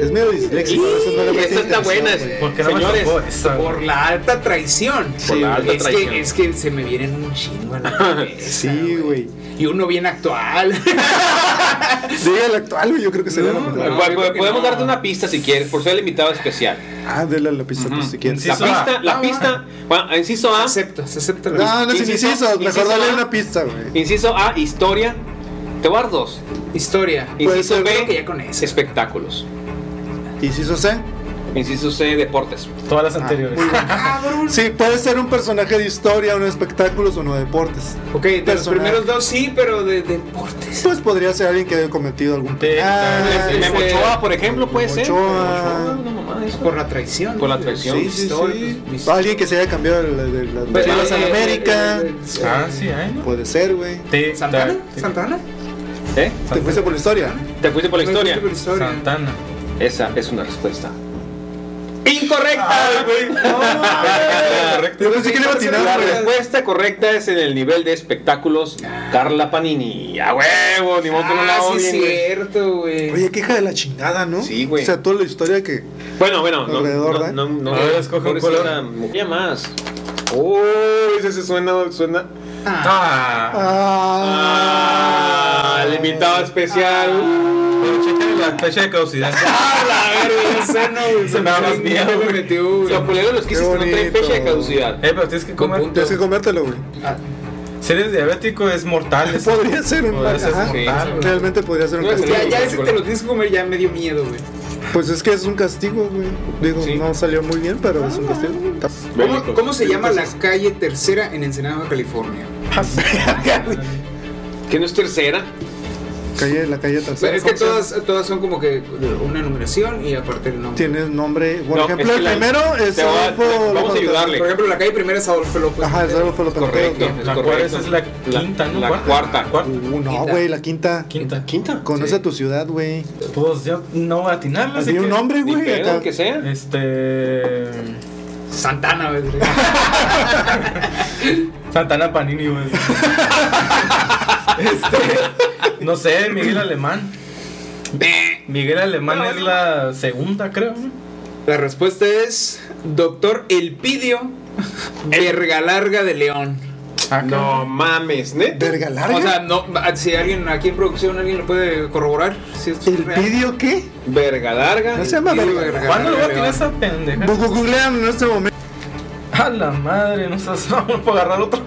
Speaker 6: Es medio disléxico. a veces no le presta
Speaker 2: Esta está
Speaker 6: atención,
Speaker 2: buena.
Speaker 6: güey.
Speaker 1: ¿Por qué no me
Speaker 2: Señores,
Speaker 1: tocó esa, güey?
Speaker 8: Por la alta traición.
Speaker 2: Por la alta
Speaker 8: es
Speaker 2: traición.
Speaker 8: Que, es que se me vienen un chingo a la cabeza,
Speaker 6: Sí, güey.
Speaker 8: Y uno bien actual.
Speaker 6: Sí, el actual, güey. Yo creo que sería la
Speaker 8: No,
Speaker 6: mejor.
Speaker 2: Bueno,
Speaker 8: yo creo que
Speaker 2: podemos
Speaker 8: no.
Speaker 2: darte una pista si quieres, por ser el invitado especial.
Speaker 6: Ah, dele la pista pues, si quieres.
Speaker 1: Sí,
Speaker 2: La
Speaker 1: Inciso A.
Speaker 2: pista, la pista. Bueno, inciso A.
Speaker 8: acepto, se acepta la
Speaker 6: No, no es
Speaker 2: Inciso-
Speaker 6: inciso. Mejor
Speaker 2: inciso
Speaker 6: dale
Speaker 2: A.
Speaker 6: una pista, güey.
Speaker 2: Inciso A, historia. Te voy a dar dos.
Speaker 8: historia.
Speaker 2: Inciso
Speaker 6: ser,
Speaker 2: B,
Speaker 8: creo que ya con eso.
Speaker 2: espectáculos.
Speaker 6: Inciso C.
Speaker 2: Inciso C, deportes.
Speaker 1: Todas las anteriores.
Speaker 6: Sí, puede ser un personaje de historia, uno de espectáculos o uno de deportes.
Speaker 8: Ok, de los
Speaker 6: Personal.
Speaker 8: primeros dos sí, pero de deportes.
Speaker 6: Pues podría ser alguien que haya cometido algún
Speaker 2: El
Speaker 6: penal.
Speaker 2: Memo
Speaker 8: ese-
Speaker 2: Ochoa, por ejemplo, puede ser.
Speaker 6: Ochoa.
Speaker 2: Una mamada de eso.
Speaker 8: Por la traición.
Speaker 2: Por la
Speaker 8: ¿no?
Speaker 2: traición.
Speaker 6: Sí, sí,
Speaker 8: Historia,
Speaker 6: sí.
Speaker 8: pues, mis-
Speaker 6: Alguien que se haya cambiado de la- de las
Speaker 8: Pero,
Speaker 6: mochilas a la
Speaker 8: eh,
Speaker 6: América.
Speaker 8: eh, eh,
Speaker 1: Ah, sí, ahí, ¿no?
Speaker 6: Puede ser, güey.
Speaker 1: Te-
Speaker 8: ¿Santana?
Speaker 1: ta- te-
Speaker 8: ¿Santana?
Speaker 2: ¿Eh?
Speaker 6: Te fuiste por la historia.
Speaker 2: ¿Te fuiste por la historia?
Speaker 8: Por historia.
Speaker 1: Santana.
Speaker 2: Esa es una respuesta. ¡Incorrecta!
Speaker 1: Correcto.
Speaker 6: Yo pensé que le iba a
Speaker 2: La
Speaker 6: tirar, güey.
Speaker 2: respuesta correcta es en el nivel de espectáculos Carla Panini. ¡A huevo! Ni modo que no la
Speaker 8: Ah, sí,
Speaker 2: odien,
Speaker 8: es
Speaker 2: güey.
Speaker 8: cierto, güey.
Speaker 6: Oye, qué hija de la chingada, ¿no?
Speaker 2: Sí, güey.
Speaker 6: O sea, toda la historia que.
Speaker 2: Bueno, bueno, no,
Speaker 6: Alrededor,
Speaker 2: no,
Speaker 6: ¿eh?
Speaker 2: no, no,
Speaker 1: A ver, escoge un
Speaker 2: pobrecita
Speaker 1: color.
Speaker 2: mujer más. Uy, ese se suena, suena.
Speaker 1: Ah,
Speaker 2: Ah, el invitado especial. Ah,
Speaker 1: pero chequen la fecha de caducidad.
Speaker 6: Ah.
Speaker 1: Eh,
Speaker 8: Se
Speaker 1: me hagas miedo, güey.
Speaker 2: Uh, Lo culero de los que
Speaker 6: Qué
Speaker 2: hiciste no traen
Speaker 6: bonito.
Speaker 2: fecha de caducidad.
Speaker 1: Eh, pero tienes que comer.
Speaker 8: punto.
Speaker 6: Tienes que comértelo, güey.
Speaker 8: Ah,
Speaker 1: Si eres diabético, es mortal. es-
Speaker 6: Podría ser un.
Speaker 1: Pues, Podría ser
Speaker 6: ajá.
Speaker 1: mortal, güey.
Speaker 6: Realmente podría ser un
Speaker 2: No, es que
Speaker 6: castigo.
Speaker 8: Pues, Ya, ya ese te lo tienes que comer, ya me dio miedo, güey.
Speaker 6: Pues es que es un castigo, güey. Digo,
Speaker 2: Sí.
Speaker 6: no salió muy bien, pero es un castigo.
Speaker 8: ¿Cómo, cómo se llama la calle tercera en Ensenada, Baja California?
Speaker 2: Que no es tercera.
Speaker 6: Calle, la calle
Speaker 8: O sea,
Speaker 6: tercera.
Speaker 8: es que
Speaker 6: ¿cómo se llama?
Speaker 8: todas, todas son como que una numeración y aparte el nombre.
Speaker 6: Tiene nombre. Por
Speaker 2: No,
Speaker 6: ejemplo,
Speaker 2: es
Speaker 6: el
Speaker 2: que la-
Speaker 6: primero es
Speaker 2: te va-
Speaker 6: Adolfo
Speaker 2: te- vamos a
Speaker 6: López Mateos.
Speaker 2: ayudarle.
Speaker 8: Por ejemplo, la calle primera es Adolfo López.
Speaker 6: Ajá, es Adolfo López Mateos,
Speaker 2: Correcto.
Speaker 6: güey.
Speaker 2: Es
Speaker 1: La cuarta
Speaker 2: correcto.
Speaker 1: es la
Speaker 2: La-
Speaker 1: quinta, ¿no?
Speaker 2: la cuarta.
Speaker 6: Uh, no, güey, la quinta.
Speaker 1: Quinta.
Speaker 2: Quinta.
Speaker 6: Conoce
Speaker 8: Sí.
Speaker 6: tu ciudad, güey.
Speaker 1: Pues yo no voy a atinarla. así
Speaker 6: Tiene un
Speaker 1: que-
Speaker 6: nombre,
Speaker 2: Ni
Speaker 6: güey.
Speaker 2: pedo,
Speaker 6: acá.
Speaker 2: que sea.
Speaker 1: Este.
Speaker 8: Santana, güey.
Speaker 1: Santana Panini, güey. este, no sé, Miguel Alemán. Miguel Alemán es la segunda, creo.
Speaker 8: La respuesta es Doctor Elpidio Verga Larga de León.
Speaker 2: No mames, ¿neta?
Speaker 8: ¿Verga Larga? O sea, no, si alguien aquí en producción, alguien lo puede corroborar. Si esto es real.
Speaker 6: ¿Elpidio qué?
Speaker 2: Verga larga.
Speaker 6: No se llama
Speaker 2: Elpidio
Speaker 6: Verga
Speaker 8: Ah,
Speaker 6: Larga.
Speaker 1: ¿Cuándo lo voy a tirar esa pendeja?
Speaker 6: Bu- bu- Pues Googlean en este momento.
Speaker 1: A la madre, no estás. Vamos a agarrar otro.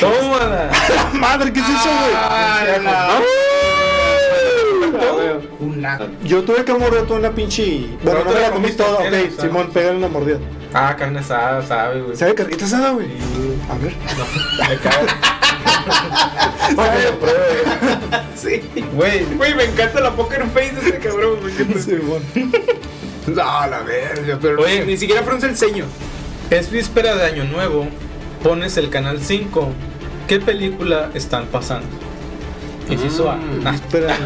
Speaker 1: Tómala.
Speaker 6: Madre, ¿qué es eso, güey?
Speaker 1: Un lado.
Speaker 6: Yo tuve que morder toda una pinche. Bueno,
Speaker 1: Pero
Speaker 6: no
Speaker 1: te
Speaker 6: me
Speaker 1: la
Speaker 6: la comí
Speaker 1: comiste
Speaker 6: toda.
Speaker 1: entera,
Speaker 6: Ok,
Speaker 1: ¿sabes?
Speaker 6: Simón, pégale una mordida.
Speaker 1: Ah, carne asada, sabe, güey.
Speaker 6: ¿Sabe carnita asada, güey? A ver.
Speaker 1: Me cago. Oye, prueba,
Speaker 8: Sí.
Speaker 1: güey. Güey,
Speaker 8: Güey, me encanta la poker face de este cabrón. güey.
Speaker 6: Simón.
Speaker 8: No, la verga, pero
Speaker 1: Oye.
Speaker 8: ni siquiera frunce el ceño.
Speaker 1: es víspera de Año Nuevo. Pones el canal 5. ¿Qué película están pasando? Inciso A. Nah.
Speaker 6: Espera.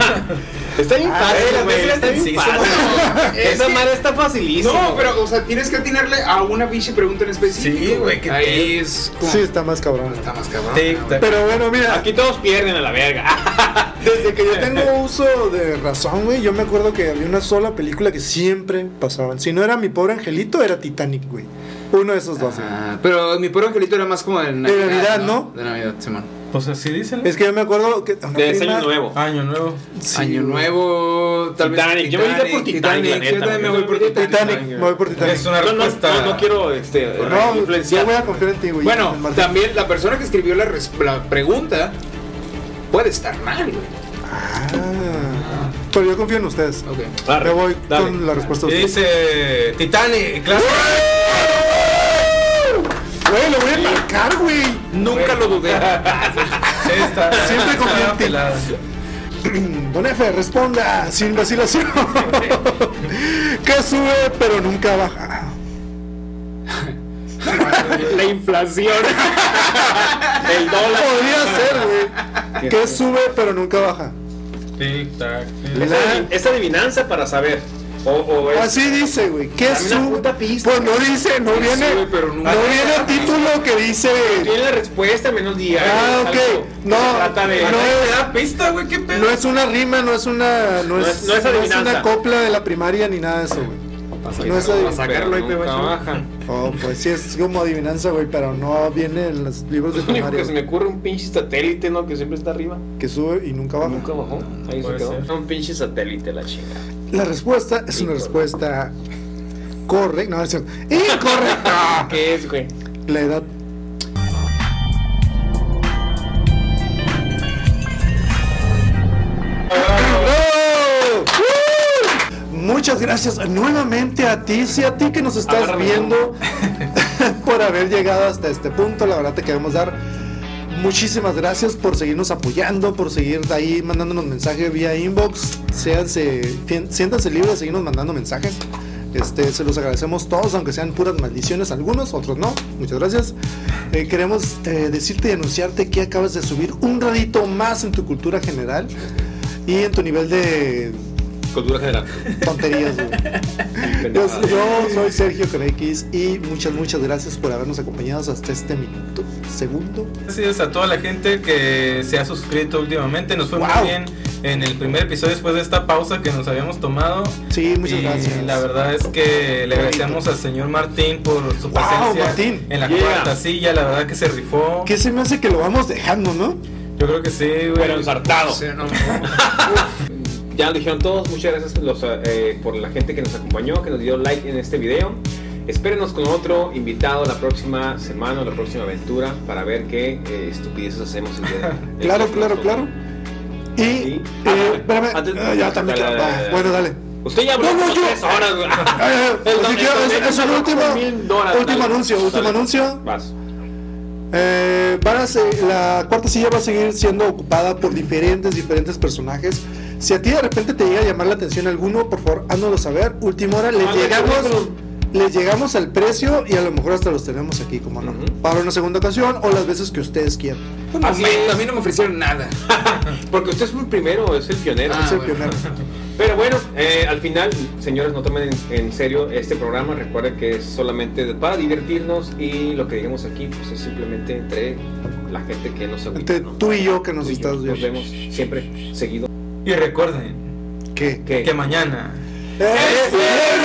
Speaker 2: Está bien
Speaker 1: güey,
Speaker 2: fácil,
Speaker 1: la
Speaker 2: güey.
Speaker 1: mezcla
Speaker 2: Está
Speaker 1: es
Speaker 2: bien
Speaker 1: inciso,
Speaker 2: fácil.
Speaker 8: Es
Speaker 2: Esa
Speaker 8: que-
Speaker 2: madre está facilísima.
Speaker 8: No, pero, o sea, tienes que atinarle a una pinche pregunta en específico.
Speaker 1: Sí, güey, qué
Speaker 8: Ahí es como.
Speaker 6: Sí, está más cabrón.
Speaker 8: Está más cabrón.
Speaker 1: Tic-tac.
Speaker 6: Pero bueno, mira.
Speaker 2: Aquí todos pierden a la verga. Ah,
Speaker 6: Desde que yo tengo uso de razón, güey, yo me acuerdo que había una sola película que siempre pasaban. Si no era mi pobre angelito, era Titanic, güey. Uno de esos dos, güey.
Speaker 8: Ah, pero mi pobre angelito era más como de Navidad.
Speaker 6: Navidad, ¿no?
Speaker 8: De Navidad, Simón.
Speaker 1: Pues así dicen.
Speaker 6: Es que yo me acuerdo que. a una
Speaker 2: De ese
Speaker 6: prima-
Speaker 2: año nuevo.
Speaker 1: Año Nuevo.
Speaker 6: Sí,
Speaker 8: Año
Speaker 6: güey.
Speaker 8: Nuevo, tal
Speaker 2: Titanic.
Speaker 8: vez.
Speaker 2: Yo me iría por Titanic, la neta,
Speaker 8: Yo también me
Speaker 2: güey.
Speaker 8: voy por Titanic.
Speaker 6: Titanic, me voy por Titanic.
Speaker 1: Es una
Speaker 2: No, no,
Speaker 1: respuesta.
Speaker 2: no, no quiero este,
Speaker 6: No, yo
Speaker 2: influenciar.
Speaker 6: voy a confiar en ti, güey.
Speaker 8: Bueno,
Speaker 6: en Martín.
Speaker 8: también la persona que escribió la, res- la pregunta puede estar mal, güey.
Speaker 6: Ah, pero yo confío en ustedes.
Speaker 8: Ok.
Speaker 2: Arre,
Speaker 6: Me voy
Speaker 2: dale.
Speaker 6: con la respuesta
Speaker 1: Y
Speaker 6: de ustedes.
Speaker 1: dice Titanic, claro.
Speaker 6: Güey, lo voy a marcar, güey.
Speaker 8: Nunca lo dudé.
Speaker 1: Sí, está.
Speaker 6: Siempre
Speaker 1: está
Speaker 6: confío en ti.
Speaker 1: pelada.
Speaker 6: Don F, responda sin vacilación. que sube pero nunca baja.
Speaker 2: La inflación. El dólar.
Speaker 6: Podría ser, güey. Que sube pero nunca baja.
Speaker 1: Tic tac. tic.
Speaker 2: Esa adiv- esa adivinanza para saber. O, o es-
Speaker 6: Así dice, güey. Que
Speaker 2: Dame una
Speaker 6: sube.
Speaker 2: puta pista.
Speaker 6: Pues no dice, no viene.
Speaker 8: sube, pero nunca
Speaker 6: No
Speaker 8: baja.
Speaker 6: viene el título que dice.
Speaker 2: Tiene la respuesta menos día.
Speaker 6: Ah, ok. No,
Speaker 2: Trata de.
Speaker 6: no
Speaker 1: ¿Te da pista, güey? ¿Qué pedo?
Speaker 6: No es una rima, no es una. No es,
Speaker 2: es- no es adivinanza.
Speaker 6: una copla de la primaria ni nada de eso, güey. No es
Speaker 2: Para
Speaker 6: adivinanza.
Speaker 2: sacarlo y te
Speaker 8: Nunca
Speaker 2: baja.
Speaker 6: Oh, pues sí, es como adivinanza, güey, pero no viene en los libros de
Speaker 2: Lo único
Speaker 6: primaria.
Speaker 2: que se me ocurre un pinche satélite, ¿no? Que siempre está arriba.
Speaker 6: güey, Que sube y nunca baja.
Speaker 2: Nunca bajó. Ahí se
Speaker 1: Puede
Speaker 2: quedó.
Speaker 1: ser.
Speaker 2: Un pinche satélite, la chinga.
Speaker 6: La respuesta es una respuesta correcta. No, es cierto. Incorrecta.
Speaker 2: ¿Qué es, güey?
Speaker 6: La edad. ¡Bravo! ¡Uh! Muchas gracias nuevamente a ti, sí, a ti que nos estás
Speaker 2: Agárrame.
Speaker 6: viendo por haber llegado hasta este punto. La verdad te queremos dar muchísimas gracias por seguirnos apoyando, por seguir ahí mandándonos mensajes vía inbox. Séanse, fien- siéntanse libres de seguirnos mandando mensajes. Este, se los agradecemos todos, aunque sean puras maldiciones algunos, otros no. Muchas gracias. Eh, queremos eh, decirte y anunciarte que acabas de subir un radito más en tu cultura general y en tu nivel de
Speaker 2: Cultura general.
Speaker 6: tonterías. güey. Yo, yo soy Sergio con X y muchas, muchas gracias por habernos acompañado hasta este minuto, segundo.
Speaker 1: Gracias a toda la gente que se ha suscrito últimamente. Nos fue
Speaker 6: Wow.
Speaker 1: muy bien en el primer episodio después de esta pausa que nos habíamos tomado.
Speaker 6: Sí, muchas
Speaker 1: y
Speaker 6: gracias.
Speaker 1: La verdad es que le agradecemos al señor Martín por su presencia
Speaker 6: Martín.
Speaker 1: en la
Speaker 2: Yeah.
Speaker 1: cuarta silla. La verdad que se rifó.
Speaker 6: Que se me hace que lo vamos dejando, ¿no?
Speaker 1: Yo creo que sí, güey.
Speaker 2: Pero ensartado.
Speaker 8: Sí, no.
Speaker 2: Ya lo dijeron todos, muchas gracias los, eh, por la gente que nos acompañó, que nos dio like en este video. Espérenos con otro invitado la próxima semana, la próxima aventura, para ver qué eh, estupideces hacemos el día de hoy.
Speaker 6: Claro, claro, claro. Y,
Speaker 2: Sí.
Speaker 6: eh, espérame,
Speaker 2: Antes-
Speaker 6: ah, ya también,
Speaker 2: Dale,
Speaker 6: quiero-
Speaker 2: dale,
Speaker 6: va,
Speaker 2: dale.
Speaker 6: bueno, dale.
Speaker 2: Usted ya habló
Speaker 6: No, no,
Speaker 2: como
Speaker 6: yo-
Speaker 2: tres horas, güey.
Speaker 6: Ah, ah,
Speaker 2: El
Speaker 6: así
Speaker 2: don-
Speaker 6: que
Speaker 2: el
Speaker 6: es,
Speaker 2: don-
Speaker 6: es un
Speaker 2: el don-
Speaker 6: último,
Speaker 2: mil dólares,
Speaker 6: último
Speaker 2: dale.
Speaker 6: anuncio, último
Speaker 2: Dale.
Speaker 6: anuncio.
Speaker 2: Vas.
Speaker 6: Eh, van a se- la cuarta silla va a seguir siendo ocupada por diferentes, diferentes personajes. Si a ti de repente te llega a llamar la atención alguno, por favor, háznoslo saber. Última hora, les
Speaker 2: Ah,
Speaker 6: llegamos,
Speaker 2: seguro.
Speaker 6: les llegamos al precio y a lo mejor hasta los tenemos aquí, como no.
Speaker 2: Ujú.
Speaker 6: Para una segunda ocasión o las veces que ustedes quieran.
Speaker 8: A mí, a mí no me ofrecieron nada.
Speaker 2: Porque usted es un primero, es el pionero.
Speaker 8: Ah,
Speaker 6: Soy
Speaker 8: bueno.
Speaker 6: pionero.
Speaker 2: Pero bueno, eh, al final, señores, no tomen en, en serio este programa. Recuerden que es solamente para divertirnos y lo que digamos aquí pues es simplemente entre la gente que nos agüita. ¿no?
Speaker 6: Tú y yo que nos
Speaker 2: Tú y yo.
Speaker 6: estás
Speaker 2: Nos vemos siempre seguido.
Speaker 1: Y recuerden
Speaker 6: que,
Speaker 1: que mañana
Speaker 6: ¡Es